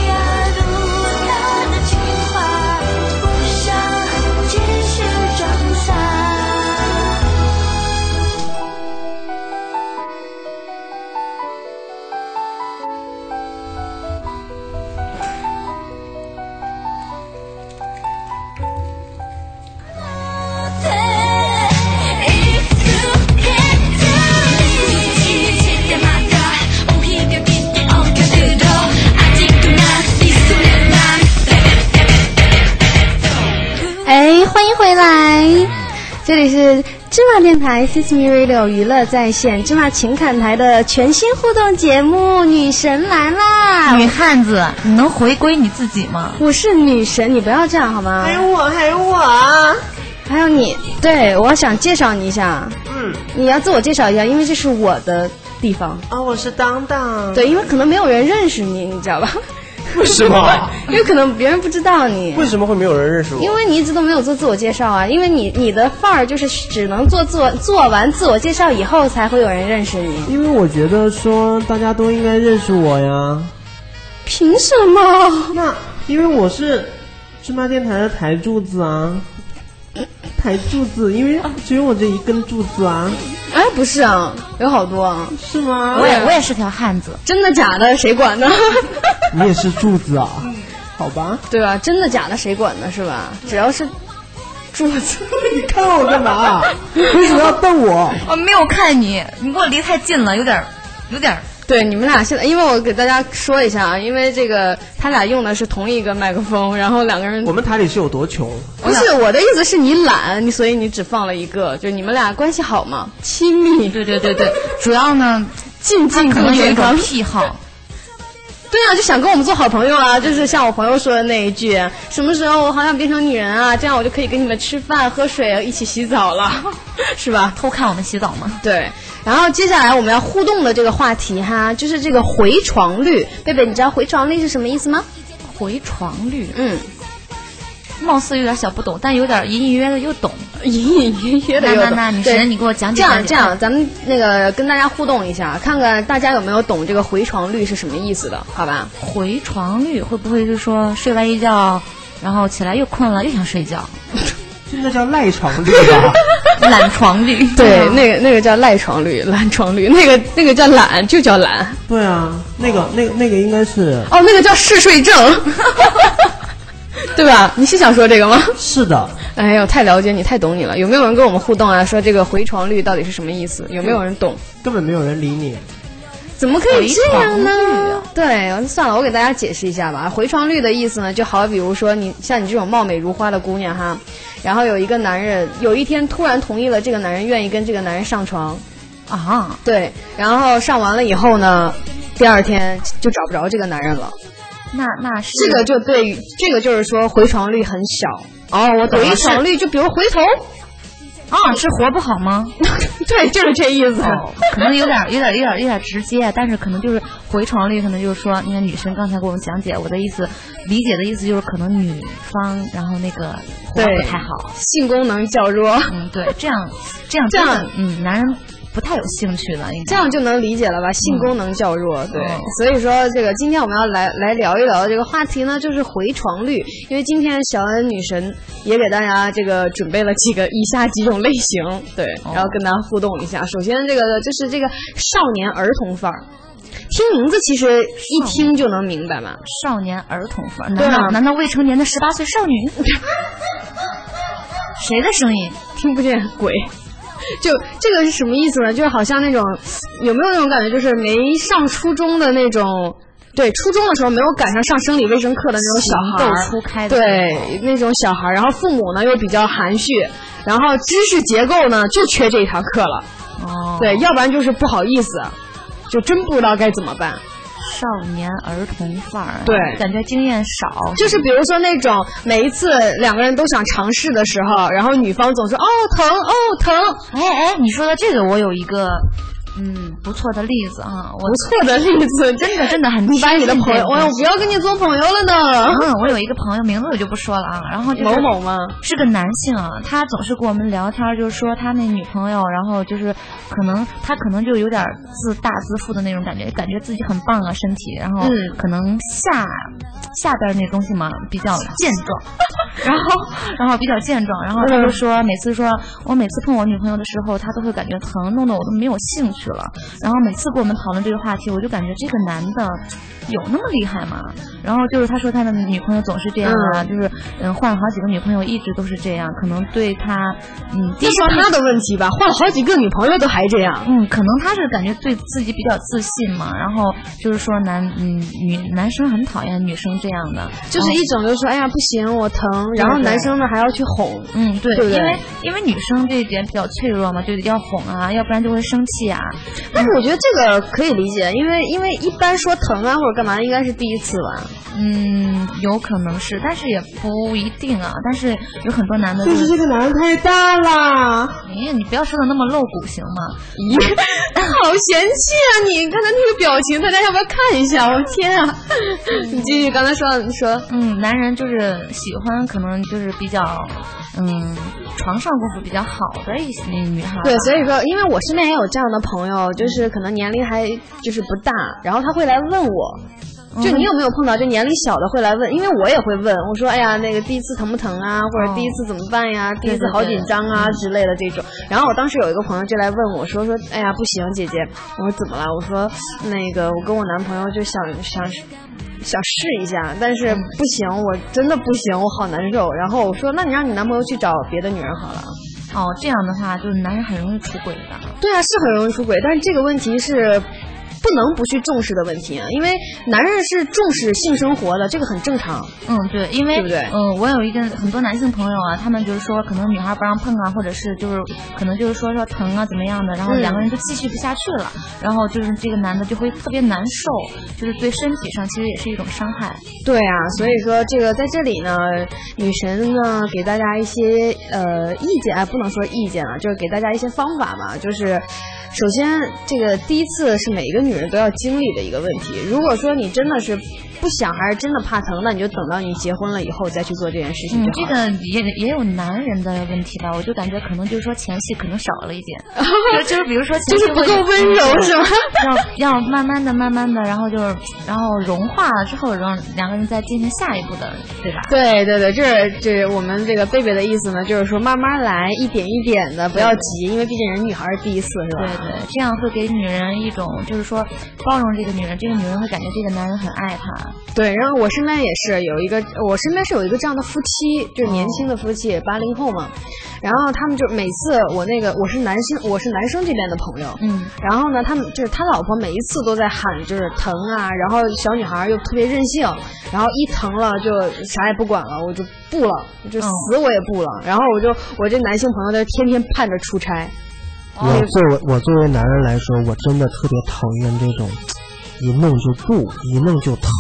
呀独特的情话，不想继续装傻。这里是芝麻电台 Sismi Radio 娱乐在线芝麻情感台的全新互动节目《女神来啦哎女》。汉子，你能回归你自己吗？我是女神，你不要这样好吗？有我，还有我，还有你，对我想介绍你一下，嗯，你要自我介绍一下，因为这是我的地方。哦，我是当嗯当，对，因为可能没有人认识你，你知 <laughs> 道吧？为什么？因为可能别人不知道你。 <laughs> 为什么会没有人认识我？因为你一直都没有做自我介绍啊，因为你你的范儿就是只能做做做完自我介绍以后才会有人认识你，因为我觉得说大家都应该认识我呀。凭什么？那因为我是芝麻电台的台柱子啊，台柱子，因为只有我这一根柱子啊，哎，不是啊，有好多啊，是吗？我也我也是条汉子，真的假的？谁管呢？ <laughs> 你也是柱子啊？好吧，对吧？真的假的？谁管呢？是吧？只要是柱子，你看我干嘛？啊为什么要瞪我？我没有看你，你给我离太近了，有点儿，有点儿。对，你们俩现在，因为我给大家说一下啊，因为这个他俩用的是同一个麦克风，然后两个人我们台里是有多穷？不是我的意思是你懒，你所以你只放了一个，就你们俩关系好吗？亲密，对对对对，主要呢，近他近可乎能有一远种方。癖好，对啊，就想跟我们做好朋友啊，就是像我朋友说的那一句，什么时候我好想变成女人啊，这样我就可以跟你们吃饭、喝水、一起洗澡 <laughs> 了，是吧？偷看我们洗澡吗？对，然后接下来我们要互动的这个话题哈，就是这个回床率。贝贝，你知道回床率是什么意思吗？回床率，嗯，貌似有点小不懂，但有点隐隐约约的又懂。 <laughs> 隐隐约约的那有那懂。那，女对神，你给我讲这解讲样解。这样，咱们那个跟大家互动一下，看看大家有没有懂这个回床率是什么意思的，好吧？回床率会不会是说睡完一觉，然后起来又困了又想睡觉，就那叫赖床啊对吧？懒床率？ <laughs> 对，那个那个叫赖床率、 <laughs> 懒床率，那个那个叫懒，就叫懒。 <laughs> 对啊，那个那个那个应该是哦，那个叫嗜睡症， <laughs> 对吧？你是想说这个吗？是的，哎呦，太了解你，太懂你了。有没有人跟我们互动啊？说这个回床率到底是什么意思？有没有人懂？根本没有人理你。啊怎么可以这样呢回床率啊？对，算了，我给大家解释一下吧。回床率的意思呢，就好比如说你像你这种貌美如花的姑娘哈，然后有一个男人有一天突然同意了，这个男人愿意跟这个男人上床，啊，对，然后上完了以后呢，第二天就找不着这个男人了。那那是这个就对于，这个就是说回床率很小。哦，我懂了回床率就比如回头，啊是活不好吗？ <laughs> 对，就是这意思。哦，可能有点有点有点有点直接，啊但是可能就是回床率，可能就是说，你看女生刚才给我们讲解，我的意思理解的意思就是可能女方然后那个活对不太好，性功能较弱，嗯对，这样这样这样真的嗯男人不太有兴趣了，应这该样就能理解了吧？性功能较弱，对哦。所以说，这个今天我们要来来聊一聊的这个话题呢，就是回床率。因为今天小恩女神也给大家这个准备了几个以下几种类型，对，哦然后跟大家互动一下。首先，这个就是这个少年儿童范儿。听名字其实一听就能明白嘛，少年儿童范儿，对难啊道难道未成年的十八岁 <laughs> 少女？谁的声音？听不见鬼。就这个是什么意思呢？就是好像那种，有没有那种感觉，就是没上初中的那种，对，初中的时候没有赶上上生理卫生课的那种小孩情儿，窦初开的对，那种小孩儿，然后父母呢又比较含蓄，然后知识结构呢就缺这一堂课了，哦，对，要不然就是不好意思，就真不知道该怎么办。少年儿童范儿，对感觉经验少，就是比如说那种每一次两个人都想尝试的时候，然后女方总说哦疼哦疼，哎哎，你说的这个我有一个嗯不错的例子啊，我不错的例子，真真的真的很你把你的亲朋友，近哎呦，不要跟你做朋友了呢。嗯，我有一个朋友，名字我就不说了啊。然后就是啊某某吗？是个男性啊，他总是跟我们聊天儿，就是说他那女朋友，然后就是可能他可能就有点自大自负的那种感觉，感觉自己很棒啊身体，然后嗯可能下、下边儿那东西嘛比较健壮，然后然后比较健嗯壮，然后他就说每次说我每次碰我女朋友的时候，他都会感觉疼，弄得我都没有兴趣，去了。然后每次跟我们讨论这个话题，我就感觉这个男的有那么厉害吗？然后就是他说他的女朋友总是这样啊，就是嗯换了好几个女朋友一直都是这样，可能对他嗯第这一是方面他的问题吧？换了好几个女朋友都还这样，嗯，可能他是感觉对自己比较自信嘛，然后就是说男嗯女男生很讨厌女生这样的，就是一种就是说，哎呀不行，我疼，然后对对男生呢还要去哄，嗯对，对不对因为因为女生这一点比较脆弱嘛，就是要哄啊，要不然就会生气啊。但是我觉得这个可以理解，因为因为一般说疼啊或者干嘛，应该是第一次吧。嗯，有可能是，但是也不一定啊。但是有很多男的就是这个男人太大啦。哎呀，你不要说的那么露骨行吗？咦， <laughs> 好嫌弃啊！你看他那个表情，大家要不要看一下？我天啊！你继续刚才说，你说嗯，男人就是喜欢可能就是比较嗯床上功夫比较好的一些女孩吧。对，所以说，因为我身边也有这样的朋友，就是可能年龄还就是不大，然后他会来问我。嗯就你有没有碰到，就年龄小的会来问，因为我也会问，我说哎呀，那个第一次疼不疼啊，或者哦第一次怎么办呀，第一次对对好对紧张啊之类的这种。然后我当时有一个朋友就来问我说说，哎呀不行，姐姐，我说怎么了？我说那个我跟我男朋友就想想想试一下，但是不行，我真的不行，我好难受。然后我说那你让你男朋友去找别的女人好了。哦，这样的话就是男人很容易出轨的。对啊，是很容易出轨，但是这个问题是。不能不去重视的问题啊，因为男人是重视性生活的，这个很正常。嗯，对，因为对不对嗯，我有一个很多男性朋友啊，他们就是说，可能女孩不让碰啊，或者是就是可能就是说说疼啊怎么样的，然后嗯两个人就继续不下去了，然后就是这个男的就会特别难受，就是对身体上其实也是一种伤害。对啊，所以说这个在这里呢，女神呢给大家一些呃意见啊，不能说意见啊，就是给大家一些方法吧。就是首先，这个第一次是每一个女人都要经历的一个问题。如果说你真的是不想，还是真的怕疼，那你就等到你结婚了以后再去做这件事情嗯，就这好了。个也也有男人的问题吧，我就感觉可能就是说前戏可能少了一点，就嗯 <laughs> 就是比如说前就戏是不会够温柔是吗？要 <laughs> 要慢慢的、慢慢的，然后就是然后融化了之后，然后两个人再进行下一步的，对吧？对对对，这是这是我们这个贝贝的意思呢，就是说慢慢来，一点一点的，不要急，因为毕竟人女孩儿第一次是吧？对对，这样会给女人一种就是说包容这个女人，这个女人会感觉这个男人很爱她。对，然后我身边也是有一个，我身边是有一个这样的夫妻，就是年轻的夫妻，八零后嘛。然后他们就每次我那个我是男生，我是男生这边的朋友，嗯，然后呢，他们就是他老婆每一次都在喊，就是疼啊，然后小女孩又特别任性，然后一疼了就啥也不管了，我就不了，就死我也不了。然后我就我这男性朋友他就天天盼着出差，我作为我作为男人来说，我真的特别讨厌这种一弄就不，一弄就疼，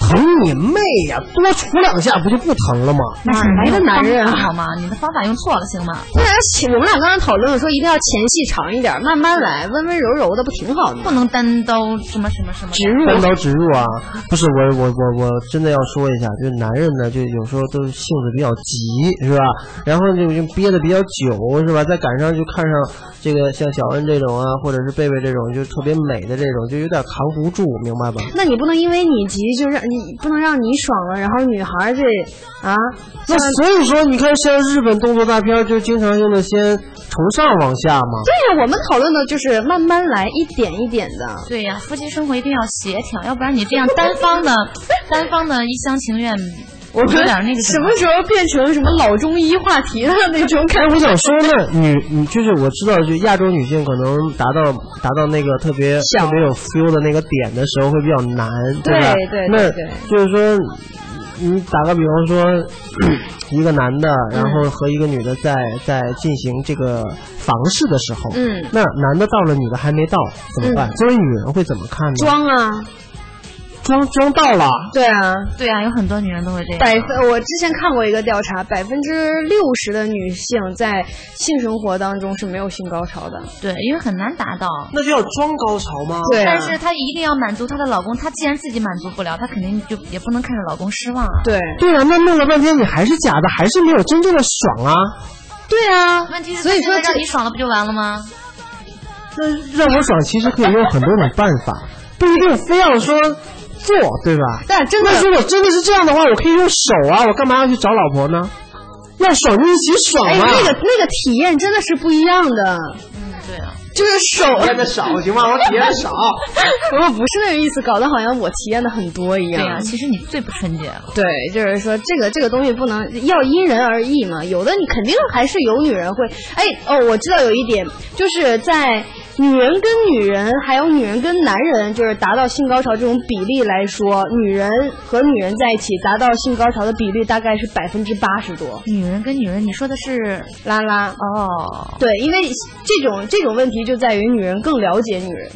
疼你妹呀！多杵两下不就不疼了吗？哪来的男人啊？好吗？你的方法用错了行吗？对，而且我们俩刚才讨论说一定要前戏长一点，慢慢来，温温柔柔的，不挺好的吗？不能单刀什么什么什么的。单刀直入啊！不是我我我我真的要说一下，就是男人呢，就有时候都是性子比较急，是吧？然后就就憋得比较久，是吧？再赶上就看上这个像小恩这种啊，或者是贝贝这种，就特别美的这种，就有点扛不住，明白吧？那你不能因为你急就让你不能让你爽了，然后女孩儿这啊，那所以说，你看像日本动作大片儿就经常用的先从上往下嘛，对呀，我们讨论的就是慢慢来，一点一点的。对呀、夫妻生活一定要协调，要不然你这样单方 <laughs> 的、单方的一厢情愿，我有点那个什么时候变成什么老中医话题的那种感但觉？ <laughs> 我想说呢，女你就是我知道，就亚洲女性可能达到达到那个特别小特别有 feel 的那个点的时候会比较难，吧？对对对对那就是说，你打个比方说， <clears throat> 一个男的，然嗯后和一个女的在在进行这个房事的时候，嗯，那男的到了，女的还没到，怎么办？作为女人会怎么看呢？装啊，装装到了，对啊，对啊，有很多女人都会这样。百分我之前看过一个调查，百分之六十的女性在性生活当中是没有性高潮的。对，因为很难达到。那就要装高潮吗？对啊但是她一定要满足她的老公，她既然自己满足不了，她肯定就也不能看着老公失望啊。对对啊，那弄了半天你还是假的，还是没有真正的爽啊。对啊，问题是，所以说这嗯让你爽了不就完了吗？那让我爽其实可以用很多种办法，不一定非要说做，对吧？但真的那如果真的是这样的话，我可以用手啊，我干嘛要去找老婆呢？要爽就一起爽啊哎，嘛。那个那个体验真的是不一样的。嗯，对啊。就是手，体验的少行吗？我体验的少，我不是那个意思，搞得好像我体验的很多一样。对哎啊呀、其实你最不纯洁了。对，就是说这个这个东西不能要因人而异嘛，有的你肯定还是有女人会，哎哦，我知道有一点，就是在女人跟女人还有女人跟男人，就是达到性高潮这种比例来说，女人和女人在一起达到性高潮的比率大概是百分之八十多。女人跟女人，你说的是拉拉，哦，对，因为这种这种问题就在于女人更了解女人。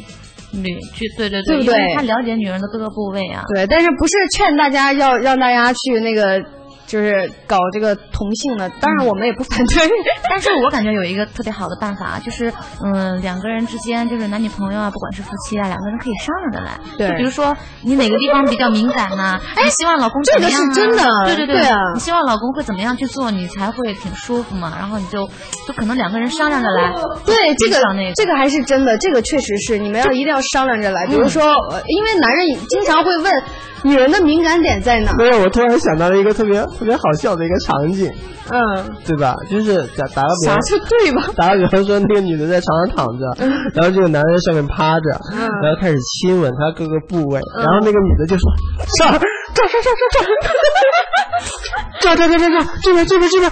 女去对对对不因为对她了解女人的各个部位啊。对，但是不是劝大家要让大家去那个，就是搞这个同性的？当嗯然，我们也不反 <laughs> 对。但是我感觉有一个特别好的办法，就是嗯，两个人之间就是男女朋友啊，不管是夫妻啊，两个人可以商量着来。对就比如说你哪个地方比较敏感呐、哎，你希望老公这个怎么样啊是真的对对对啊你希望老公会怎么样去做，你才会挺舒服嘛？然后你就就可能两个人商量着来。对，这个影响那个这个还是真的，这个确实是你们要一定要商量着来。嗯比如说，呃因为男人经常会问女人的敏感点在哪儿。 <laughs> 没有，我突然想到了一个特别特别好笑的一个场景，嗯，对吧？就是打打个比啥方，是对吧？打个比方说，那个女的在床上躺着，然后这个男的在上面趴着，然后开始亲吻她各个部位，然后那个女的就说：“上 <laughs> 这这这这这，这这这这这边这边这边这边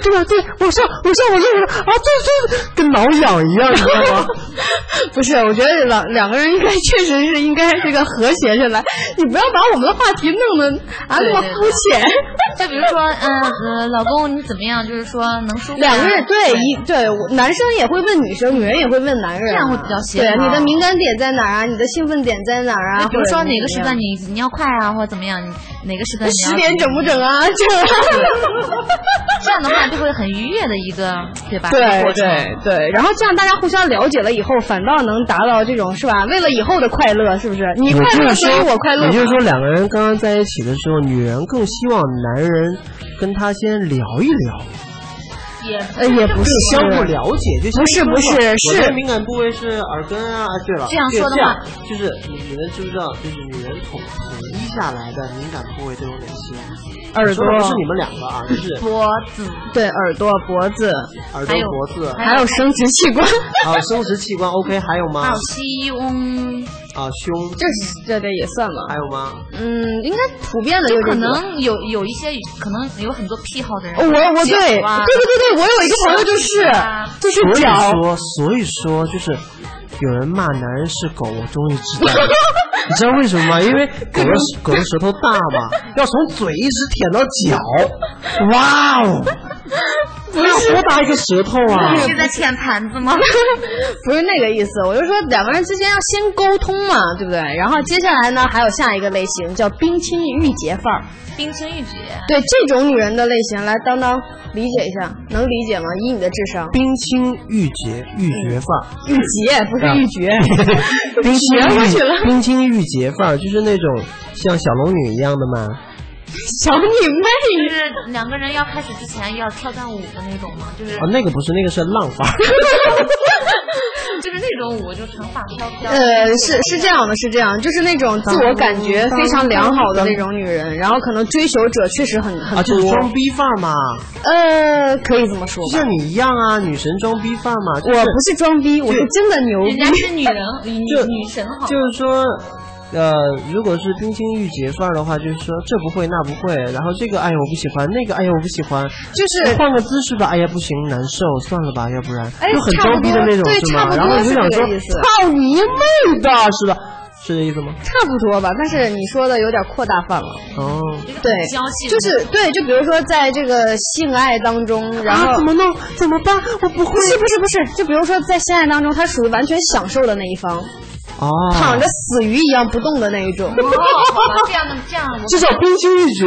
这边，对，往上往上往上往上啊，这这跟挠痒一 <laughs> 样，你知道吗？ <laughs> 不是，我觉得两两个人应该确实是应该这个和谐着来。你不要把我们的话题弄得啊那么对对肤浅。就比如说，嗯呃，老公你怎么样？就是说能舒服啊。两个人对一对，我男生也会问女生，女人也会问男人啊，这样会比较协对，调你的敏感点在哪儿啊？你的兴奋点在哪儿啊？就比如或说者哪个时段怎么样？你你要快啊，或者怎么样？你哪个时段你要十点整不整啊？这样 <laughs> 这样的话就会很愉悦的一个，对吧？一个对过程对对，然后这样大家互相了解了以后，反倒能达到这种是吧？为了以后的快乐，是不是？你我快就乐，是所以说，我快乐也嘛。就是说，两个人刚刚在一起的时候，女人更希望男人跟她先聊一聊，呃，也不是相互了解，就像不是你说不是嘛是我的敏感部位是耳根啊，啊对了，这样对说的这话样就是你你们知不知道，就是女人统统一下来的敏感部位都有哪些？耳说朵的不是你们两个啊，就是脖子，对耳朵、脖子，耳朵还、有脖子，还还有生殖器官， <laughs> 还有生殖器官。OK，还有还吗有？西翁，啊，胸，这这这也算吗还？有吗？嗯，应该普遍的就有可这种能有有一些可能有很多癖好的人，我哦我对对对脚啊对对，我有一个朋友就是啊就是所以脚，说，所以说就是有人骂男人是狗，我终于知 <laughs> 道了。你知道为什么吗？因为狗的 <laughs> 狗的舌头大嘛， <laughs> 要从嘴一直舔到脚。哇哦，要多大一个舌头啊！你是在舔盘 <laughs> 子吗？不是那个意思，我就说两个人之间要先沟通嘛，对不对？然后接下来呢，还有下一个类型叫冰清玉洁范儿，冰清玉洁，对这种女人的类型，来当当理解一下，能理解吗？以你的智商，冰清玉洁，玉洁范儿。玉洁不是啊玉洁， <laughs> 冰清学过去玉了冰清玉洁范儿，就是那种像小龙女一样的嘛。小你妹！就是两个人要开始之前要跳段舞的那种吗？就是啊，哦那个不是，那个是浪范儿。 <laughs> 就是那种舞，就长发飘飘。呃，是是这样的，是这样，就是那种自我感觉非常良好的那种女人，然后可能追求者确实很啊，很就是多，装逼范儿嘛，呃，可以这么说吧。就像你一样啊，女神装逼范儿嘛。就我不是装逼，我是真的牛逼人。家是女人，女就女神好，就是说，呃，如果是冰清玉洁范儿的话，就是说这不会那不会，然后这个哎呀我不喜欢，那个哎呀我不喜欢，就是换个姿势吧，哎呀不行难受，算了吧，要不然哎就很差不装逼的多那种对是差吗？不多然后你是就想这说个意思操你妹的，是吧？是这意思吗？差不多吧，但是你说的有点扩大范了。哦，对，娇气的就是对，就比如说在这个性爱当中，然后、啊怎么弄？怎么办？我不不会是不是不是，就比如说在性爱当中，他属于完全享受的那一方，哦，躺着死鱼一样不动的那一 <laughs> 种。啊哦，这样的这样，我这叫冰清玉洁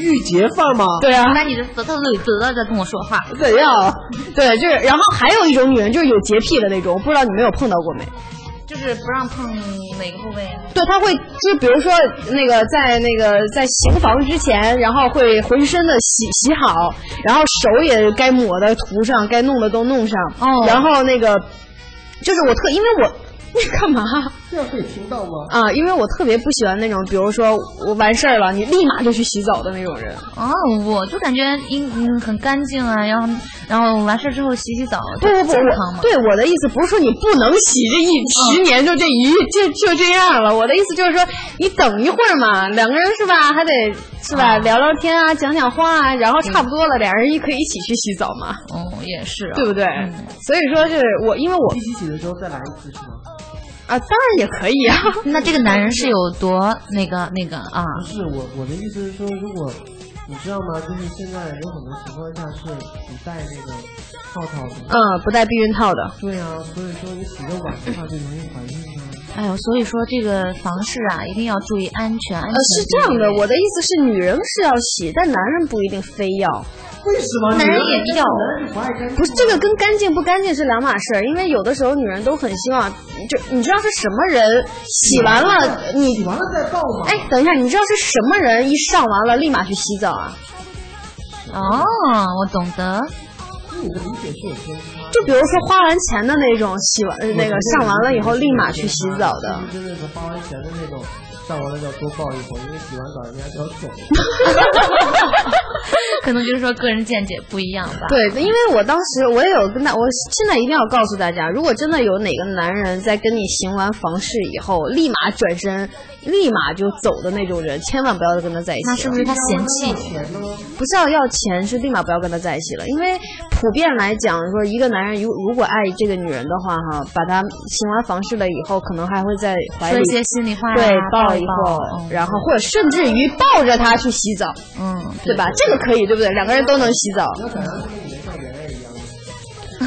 玉洁范儿吗？对啊，把你的舌头捋直在跟我说话。怎样？啊对，就是，然后还有一种女人就是有洁癖的那种，不知道你们有碰到过没？就是不让碰哪个部位啊？对，她会就比如说那个在那个在行房之前，然后会浑身的洗洗好，然后手也该抹的涂上，该弄的都弄上，哦然后那个就是我特因为我。 <laughs> 你干嘛？这样可以听到吗？啊，因为我特别不喜欢那种，比如说我完事儿了，你立马就去洗澡的那种人。哦，我就感觉应嗯很干净啊，然后然后完事儿之后洗洗澡，不不不，健我康嘛。对我的意思不是说你不能洗，这一十年就这一就就这样了。我的意思就是说，你等一会儿嘛，两个人是吧，还得是吧，聊聊天啊，讲讲话啊，然后差不多了，俩人也可以一起去洗澡嘛，哦，也是啊对。不对？所以说是我，因为我一起洗的时候再来一次是吗？啊，当然也可以啊。那这个男人是有多那个那个啊？不是我，我的意思是说，如果你知道吗？就是现在有很多情况下是不带那个套套的。嗯，不带避孕套的。对啊，所以说你洗的晚的话就容易怀孕啊。哎呦，所以说这个房事啊，一定要注意安全。安呃，是哦这样的，我的意思是，女人是要洗，但男人不一定非要。为什么？男人也要。不爱干净啊不是这个跟干净不干净是两码事儿，因为有的时候女人都很希望，就你知道是什么人洗完了你洗，完了再倒嘛。哎，等一下，你知道是什么人一上完了立马去洗澡啊？哦，我懂得。你的理解是有偏差。就比如说花完钱的那种，洗完呃那个上完了以后立马去洗澡的。就是真的是花完钱的那种，上完了要多抱一会儿，因为洗完澡人家就 <laughs> 要走了。可能就是说个人见解不一样吧。对，因为我当时我也有跟大，我现在一定要告诉大家，如果真的有哪个男人在跟你行完房事以后，立马转身，立马就走的那种人，千万不要跟他在一起了。那是不是他嫌弃你？钱呢？不是要要钱，是立马不要跟他在一起了。因为普遍来讲，说一个男人如如果爱这个女人的话，哈，把她行完房事了以后，可能还会在怀说里一些心里话啊，对抱抱一抱抱，，然后或者甚至于抱着她去洗澡，嗯，嗯对吧？这个可以，对不对？两个人都能洗澡。要想让这个女人像圆圆一样 的，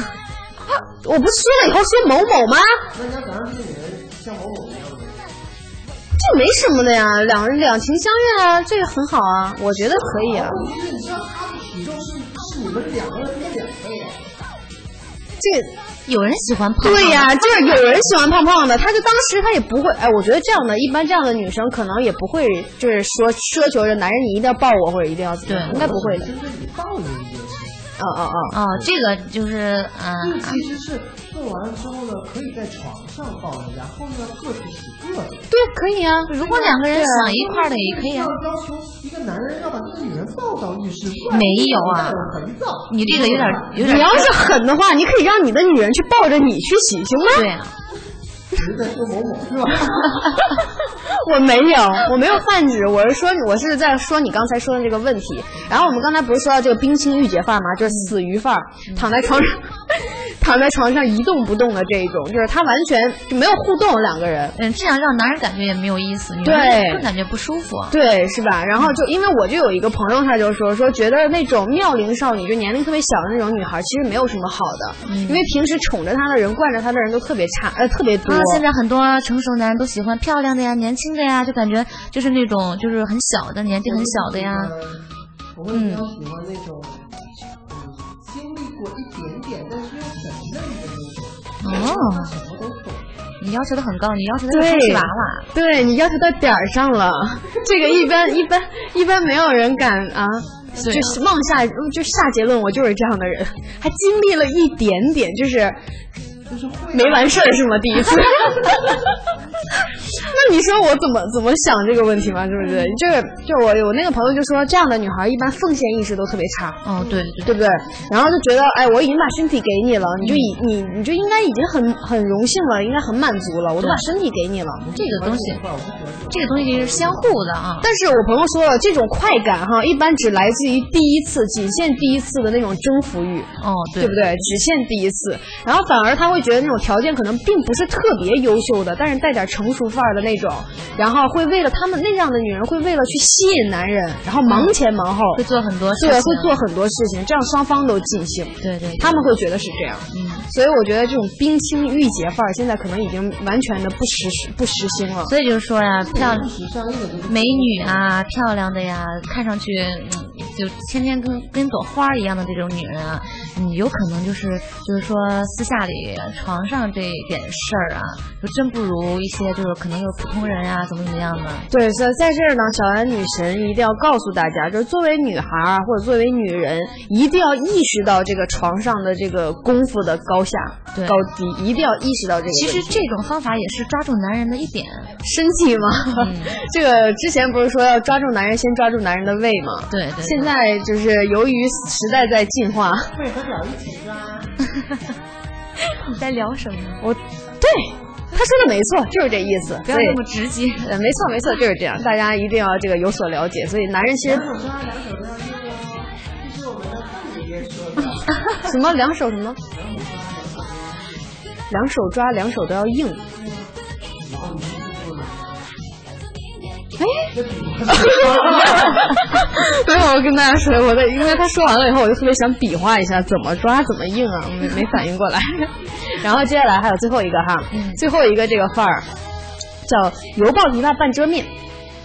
<laughs> 啊我不是说了以后说某某吗？那你要想让这个女人像某某一样的，这没什么的呀，两人两情相悦啊，这个很好啊，我觉得可以啊。问题是你知道她的体重是是你们两个人的两倍啊。这个有人喜欢胖，对 <laughs> 呀、就是有人喜欢胖胖的，他就当时他也不会，哎，我觉得这样的，一般这样的女生可能也不会，就是说奢求着男人你一定要抱我或者一定要怎么样，对应该不会的。针对你抱着一件事情，嗯嗯嗯，哦，这个就是嗯这个其实是做完了之后呢，可以在床上抱着，然后呢各自洗各的。对，可以啊。如果两个人想一块儿的也可以啊要。要求一个男人要把这个女人抱到浴室，没有啊我肥皂。你这个有点有点你要是狠的话，你可以让你的女人去抱着你去洗，行吗？对啊，你在说某某是吧？我没有，我没有泛指，我是说，我是在说你刚才说的这个问题。然后我们刚才不是说到这个冰清玉洁范儿吗？就是死鱼范儿，嗯躺在床上， <laughs> 躺在床上一动不动的这一种，就是他完全就没有互动，两个人。嗯，这样让男人感觉也没有意思，女人对更感觉不舒服。啊对，是吧？然后就因为我就有一个朋友，他就说说觉得那种妙龄少女，就年龄特别小的那种女孩，其实没有什么好的，嗯因为平时宠着她的人、惯着她的人都特别差，呃，特别多。啊，现在很多成熟男人都喜欢漂亮的呀、年轻的呀，就感觉就是那种就是很小的年纪很小的呀。我会比较喜欢那种，嗯，经历过一点点，但是又很嫩的那种，哦，什么都懂。你要求的很高，你要求的对是充气娃娃。对你要求到点儿上 <laughs> 了，这个一般一般一般没有人敢啊，对啊就是妄下就下结论，我就是这样的人，还经历了一点点，就是没完事儿是吗？第一 <laughs> 次，那你说我怎么怎么想这个问题嘛？是不是？就是就我我那个朋友就说，这样的女孩一般奉献意识都特别差。哦，对对对，对不对？然后就觉得，哎，我已经把身体给你了，你就已你你就应该已经很很荣幸了，应该很满足了，我都把身体给你了。这个东西，这个东西是相互的啊。但是我朋友说了，这种快感哈，一般只来自于第一次，仅限第一次的那种征服欲，哦，对不对？只限第一次，然后反而他会觉得那种条件可能并不是特别优秀的，但是带点成熟范儿的那种，然后会为了他们那样的女人会为了去吸引男人，然后忙前忙后，嗯会做很多事对，情，啊会做很多事情，这样双方都尽兴。对对，他们会觉得是这样，嗯。所以我觉得这种冰清玉洁范儿现在可能已经完全的不实不实行了。所以就是说呀，漂时尚一点都不美女啊，漂亮的呀，看上去嗯就天天跟跟朵花儿一样的这种女人啊，嗯，有可能就是就是说私下里床上这点事儿啊，就真不如一些就是可能就是普通人啊，怎么怎么样的。对，所以在这儿呢，小安女神一定要告诉大家，就是作为女孩儿啊或者作为女人，一定要意识到这个床上的这个功夫的高下、对高低，一定要意识到这个问其题。实这种方法也是抓住男人的一点，生气吗？嗯 <laughs> 这个之前不是说要抓住男人，先抓住男人的胃吗？对对对现在就是由于时代在进化，你在聊什么？我对他说的没错，就是这意思。不要所以那么直接。呃，没错没错，就是这样，大家一定要这个有所了解。所以男人其实什么两手什么，两手抓两手都要硬。哎，没有，我跟大家说，我的，因为他说完了以后，我就特别想比划一下怎么抓怎么硬啊，没没反应过来。然后接下来还有最后一个哈，最后一个这个范儿叫油爆泥巴半遮面。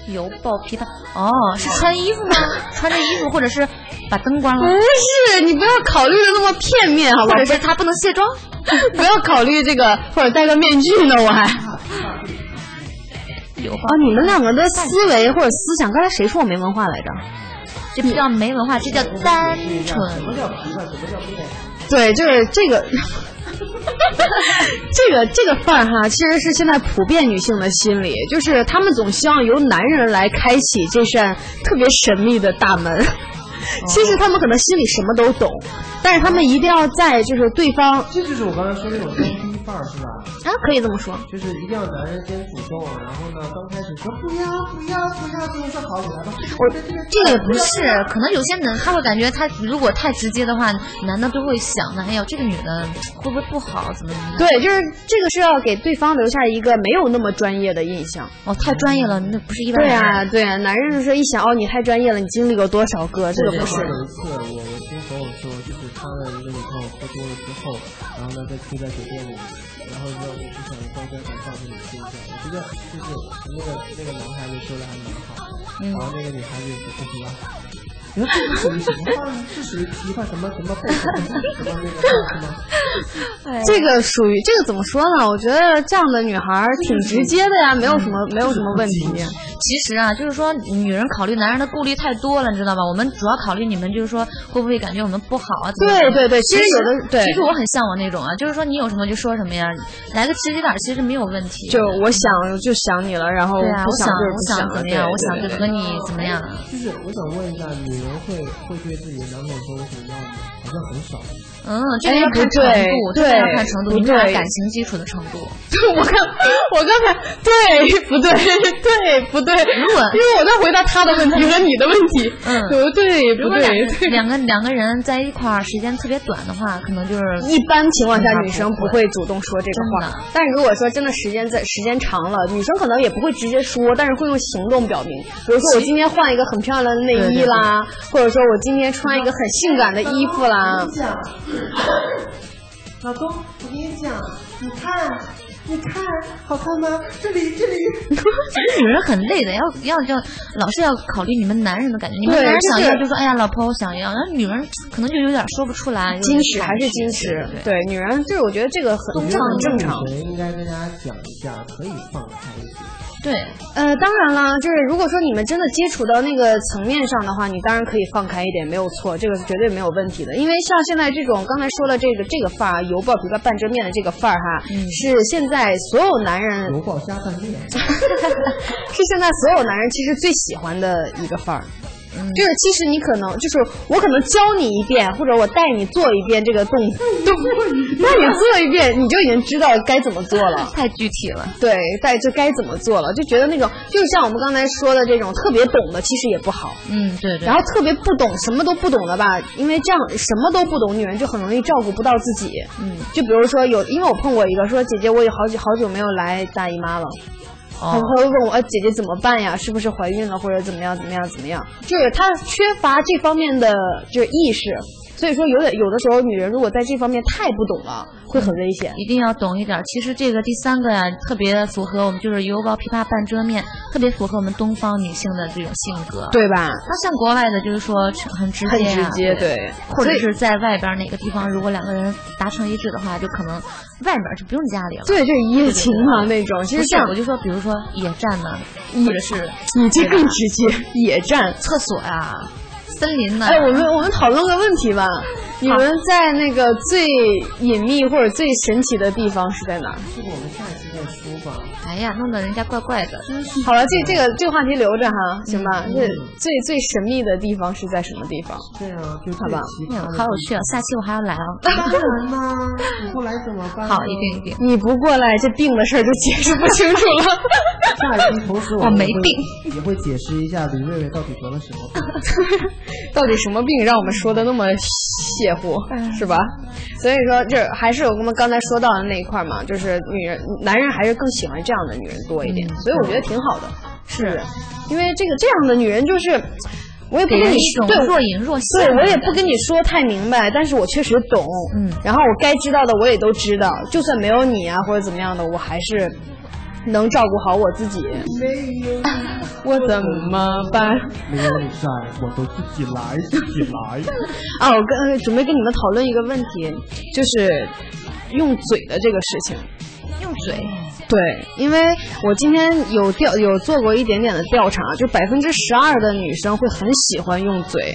油爆琵琶哦，是穿衣服吗？穿着衣服，或者是把灯关不了？是，你不要考虑的那么片面，好不或好者？是他不能卸妆？ <laughs> 不要考虑这个，或者戴个面具呢，我还。油哦，啊你们两个的思维或者思想，刚才谁说我没文化来着？这不叫没文化，这叫单纯。对，就是这个，这个这个范儿哈，其实是现在普遍女性的心理，就是她们总希望由男人来开启这扇特别神秘的大门。其实她们可能心里什么都懂，但是她们一定要在就是对方啊，这就是我刚才说那种装逼范儿，是吧？可以这么说，就是一定要男人先主动，然后呢，刚开始说不要不要不要，最后说好你来吧。我这个也不是，可能有些男他会感觉他如果太直接的话，男的都会想的，哎呦，这个女的会不会不好，怎么怎么样？对，就是这个是要给对方留下一个没有那么专业的印象。哦，太专业了，那不是一对般人。啊，对啊，男人就是一想哦，你太专业了，你经历过多少个，这个不我是。有一次，我我听朋友说，就是他的一个女朋友喝多了之后，然后呢在住在酒店里，然后让我就想高跟鞋放在你身上，我觉得就是那个那个男孩子说的还蛮好，然后那个女孩子就不行了。你说这是属于什么 <laughs> 话？是属于琵琶什么什么贝什么什么那个什么？这个属于这个怎么说呢？我觉得这样的女孩儿挺直接的呀，没有什么没有什么问题。其实啊，就是说女人考虑男人的顾虑太多了，你知道吧？我们主要考虑你们就是说会不会感觉我们不好啊？怎么对样对对，其实有的对其，实我很向往那种啊，就是说你有什么就说什么呀，来个直接点儿其实没有问题。就我想就想你了，然后对啊，不我想就是不我想想了怎么样，对我想对就对和你怎么样。就是我想问一下，女人会会对自己的男朋友说为什么要你？好像很少。嗯，这个要哎不看对程度，对这个要看程度，不你们俩对感情基础的程度。我刚我刚才对不对对不对？如果因为我在回答他的问题和你的问题，嗯不对如不果两对个 <laughs> 两个两个人在一块儿时间特别短的话，可 <laughs> 能就是一般情况下，女生不会主动说这个真话的，但如果说真的时间在时间长了，女生可能也不会直接说，但是会用行动表明。比如说我今天换一个很漂亮的内衣啦，或者说我今天穿一个很性感的衣服啦。老公，我跟你讲，你看，你看，好看吗？这里，这里。 <laughs> 其实女人很累的，要要就老是要考虑你们男人的感觉。你们对男人想要就是就说哎呀，老婆我想要，然后女人可能就有点说不出来，有点矜持还是矜持，对女人就是我觉得这个很这很正常。女神应该跟大家讲一下，可以放开一点。对，呃，当然啦，就是如果说你们真的接触到那个层面上的话，你当然可以放开一点，没有错，这个是绝对没有问题的。因为像现在这种刚才说的这个这个范儿，油爆皮个半遮面的这个范儿哈，是现在所有男人油爆加饭面，是现在所有男人其实最喜欢的一个范儿。嗯就是其实你可能就是我可能教你一遍，或者我带你做一遍这个动 <laughs> 动，带你做一遍，你就已经知道该怎么做了。 <laughs> 太具体了。对，但就该怎么做了，就觉得那种就是像我们刚才说的这种特别懂的，其实也不好。嗯，对对然。后特别不懂，什么都不懂的吧，因为这样什么都不懂，女人就很容易照顾不到自己。嗯，就比如说有，因为我碰过一个说姐姐，我有好久好久没有来大姨妈了，她哦，会问我、哎姐姐怎么办呀？是不是怀孕了或者怎么样怎么样怎么样？就是她缺乏这方面的就是意识，所以说有点有的时候女人如果在这方面太不懂了，嗯会很危险。一定要懂一点儿。其实这个第三个呀、特别符合我们就是油包琵琶半遮面，特别符合我们东方女性的这种性格。，对吧？那像国外的，就是说很直很接、啊，直接，对，或者所以是在外边儿哪个地方，如果两个人达成一致的话，就可能外面儿就不用家里了。对，就一夜情嘛那种。其不实是像，我就说，比如说野战呐、野或者是你这更直接，野战。厕所呀、森林呐、哎，我们我们讨论个问题吧，你们在那个最隐秘或者最神奇的地方是在哪儿？这个我们下一期再说吧。哎呀，弄得人家怪怪的。好了，这这个这个话题留着哈，行吧？这最最神秘的地方是在什么地方？对啊，就好这吧期哎呀好有趣啊！下期我还要来啊。当然 <laughs> 啦，你不来怎么办？好，一。定一定。你不过来，这病的事儿就解释不清楚了。 <laughs> 下一期同时我们我没会，也会解释一下李瑞瑞到底得了什么病。到底什么病让我们说的那么邪乎，嗯是吧？所以说，这还是有我们刚才说到的那一块嘛，就是女人、男人还是更喜欢这样的女人多一点，嗯所以我觉得挺好的，是因为这个这样的女人就是，我也不跟给人你一种对若隐若现。对，我也不跟你说太明白，但是我确实懂，嗯然后我该知道的我也都知道，就算没有你啊或者怎么样的，我还是能照顾好我自己。 <laughs> 我怎么办？没有你在，我都自己来，自己来。啊，我跟、呃准备跟你们讨论一个问题，就是用嘴的这个事情。用嘴。对，因为我今天有调有做过一点点的调查，就百分之十二的女生会很喜欢用嘴，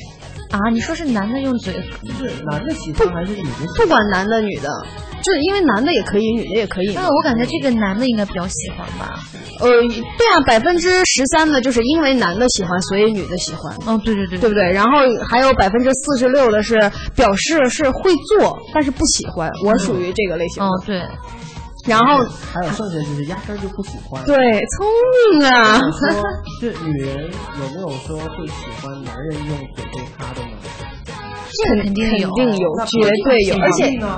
啊，你说是男的用嘴，是男的喜欢还是女的喜不管男的女的，就是因为男的也可以，女的也可以嘛。那我感觉这个男的应该比较喜欢吧？呃，对啊，百分之十三的就是因为男的喜欢，所以女的喜欢。哦，对对对对不对？然后还有百分之四十六的是表示是会做，但是不喜欢。我属于这个类型的。哦对，然后欢？还有剩下就是压根儿就不喜 <laughs> 欢。对，聪明啊！说这女人有没有说会喜欢男人用嘴对她的呢？这个肯定有，啊肯定有，绝对有，而且呢，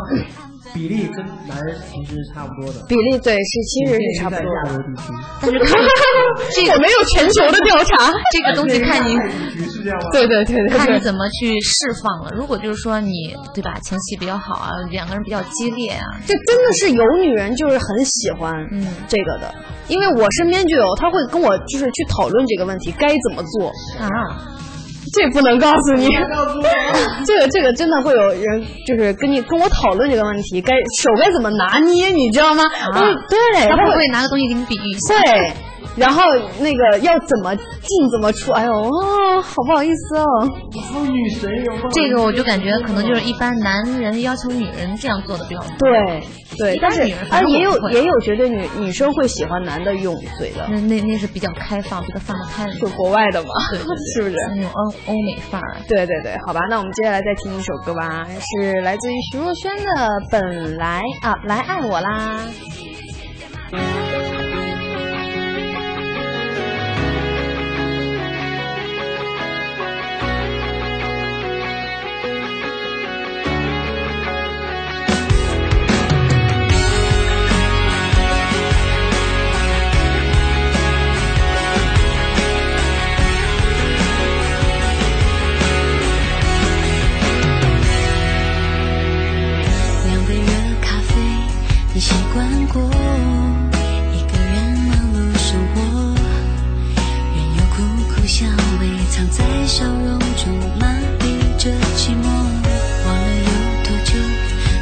比例跟男人其实是差不多的，比例对是其实是差不多在亚的。洲地区。但是看这我个没有 <laughs> 全球的调查。这个东西看你地区是这样吗？对对对对看你对，怎么去释放了。如果就是说你对吧，前戏比较好啊，两个人比较激烈啊，这真的是有女人就是很喜欢嗯这个的，因为我身边就有，她会跟我就是去讨论这个问题该怎么做。啊，这不能告诉你。这个这个真的会有人就是跟你跟我讨论这个问题，该手该怎么拿捏，你知道吗？我就对，啊他他会不会会拿个东西给你比喻一下？对。然后那个要怎么进怎么出，哎呦，哦好不好意思哦。哦，女神有吗？这个我就感觉可能就是一般男人要求女人这样做的比较多。对对一，般但是女人啊反正也有我不会嗯也有绝对女女生会喜欢男的用嘴的，那那那是比较开放、比较放得开的那就种，国外的嘛， <laughs> 是不是？那种欧欧美范儿。对对对，好吧，那我们接下来再听一首歌吧，是来自于徐若瑄的《本来》啊，来爱我啦。两杯热咖啡，你习惯过一个人忙碌生活，任由苦苦香味藏在笑容中麻痹着寂寞。忘了有多久，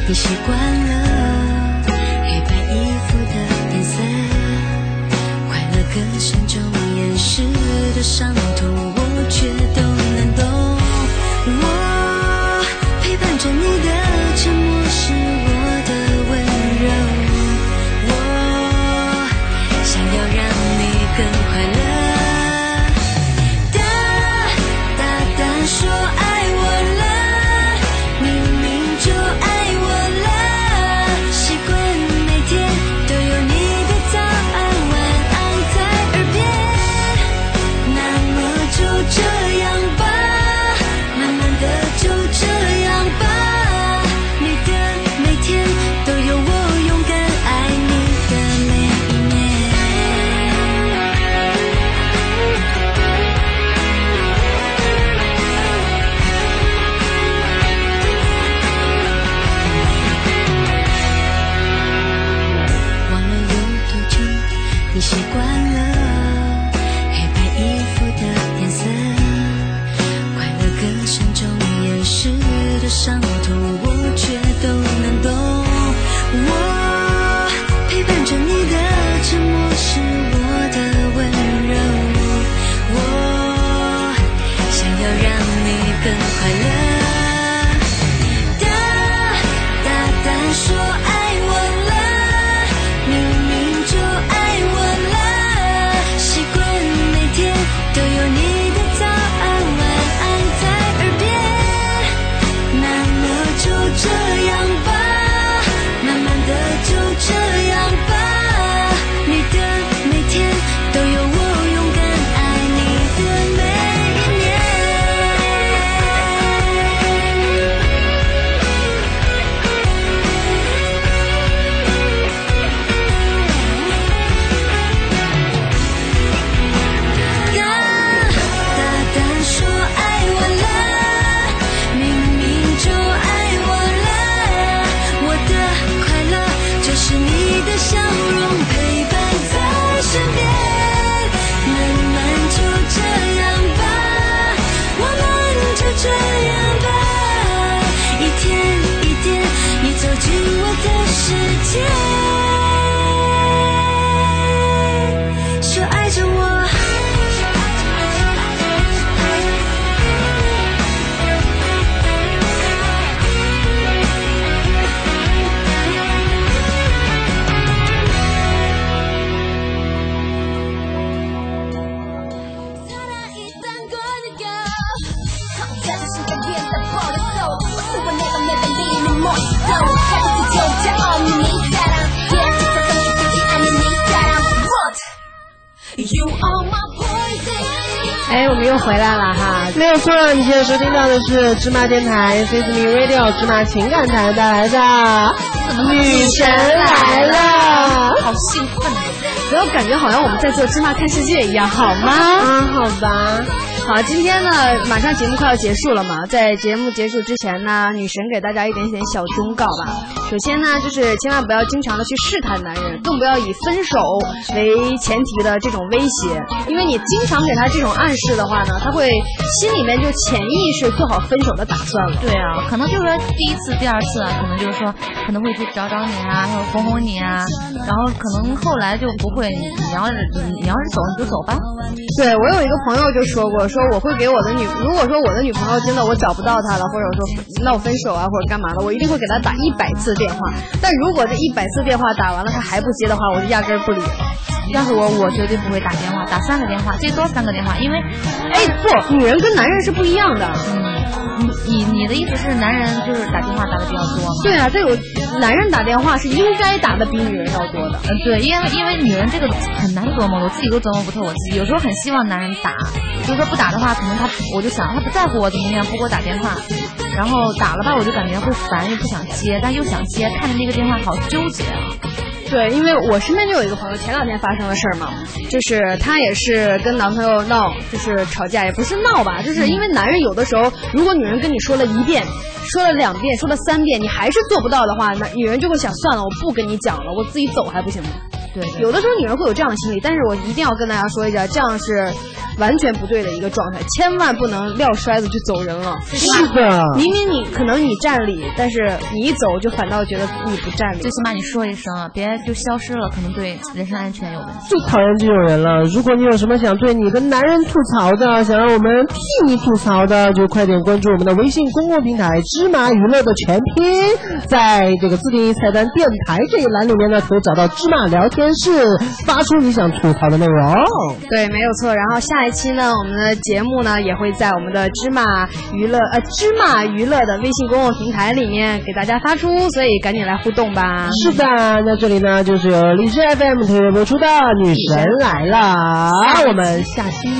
你习惯了黑白衣服的颜色，快乐歌声中掩饰的伤痛，我却都能懂。我陪伴着你的沉默是我的温柔，我想要让你更快乐。大大胆说爱我了，明明就爱我了，习惯每天都有你的早安晚安在耳边，那么就这样吧。习惯了黑白衣服的颜色，快乐歌声中掩饰的伤痛，我却都能懂。我陪伴着你的沉默是我的温柔，我想要让你更快乐。大大胆说爱我了，明明就爱我了，习惯每天都有你的早安晚安在耳边，那么就这样吧，慢慢的就这样吧，你的每天都有我勇敢爱你的每一年。大大胆说爱我了，明明就爱我了，我的快乐就是你的笑容陪伴在身边，慢慢就这样吧，我们就这样吧，一天一天，你走进我的世界。说爱着我。You are my poison. 哎，我们又回来了哈。没有错，你现在收听到的是芝麻电台 C S Me Radio 芝麻情感台带来的《女神来了》好兴奋，然后感觉好像我们在做芝麻看世界一样，好吗？啊，好吧，好，今天呢，马上节目快要结束了嘛，在节目结束之前呢，女神给大家一点点小忠告吧。首先呢，就是千万不要经常的去试探男人，更不要以分手为前提的这种威胁，因为你经常给他这种暗示的话呢，他会心里面就潜意识做好分手的打算了。对啊，可能就是说第一次、第二次啊，可能就是说可能会去找找你啊，或者哄哄你啊，然后可能后来就不会。你要是你要是走你就走吧，对我有一个朋友就说过，说我会给我的女，如果说我的女朋友真的我找不到她了，或者说闹分手啊，或者干嘛的，我一定会给她打一百次电话。但如果这一百次电话打完了她还不接的话，我就压根儿不理。要是我我绝对不会打电话，打三个电话最多三个电话，因为哎，不，女人跟男人是不一样的。嗯，你你你的意思是男人就是打电话打的比较多吗？对啊，这有男人打电话是应该打的比女人要多的。嗯，对，因为因为女人这个很难琢磨，我自己都琢磨不透我自己。有时候很希望男人打，就是说不打的话，可能他我就想他不在乎我怎么样，不给我打电话。然后打了吧，我就感觉会烦，又不想接，但又想接，看着那个电话好纠结啊。对，因为我身边就有一个朋友，前两天发生的事儿嘛，就是她也是跟男朋友闹，就是吵架，也不是闹吧，就是因为男人有的时候，如果女人跟你说了一遍，说了两遍，说了三遍，你还是做不到的话，那女人就会想算了，我不跟你讲了，我自己走还不行吗？对对有的时候女人会有这样的心理，但是我一定要跟大家说一下，这样是完全不对的一个状态，千万不能撂摔子就走人了。是的，明明你可能你占理，但是你一走就反倒觉得你不占理最。起码你说一声啊，别就消失了，可能对人身安全有问题。最讨厌这种人了。如果你有什么想对你的男人吐槽的，想让我们替你吐槽的，就快点关注我们的微信公共平台“芝麻娱乐”的全拼，在这个自定义菜单“电台”这一栏里面呢，可以找到“芝麻聊天室”，发出你想吐槽的内容。对，没有错。然后下一期呢，我们的节目呢也会在我们的芝麻娱乐呃芝麻娱乐的微信公众平台里面给大家发出，所以赶紧来互动吧。是的，那这里呢就是由荔枝 FM 特约播出的《女神来了》，我们下期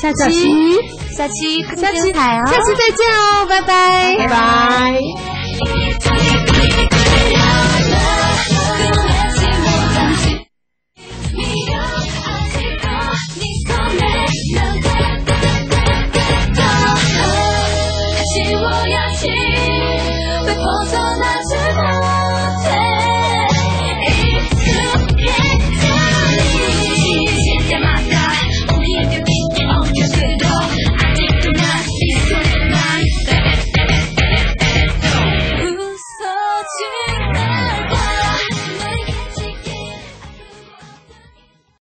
下期下期更下期精彩啊！下期再见哦，拜拜。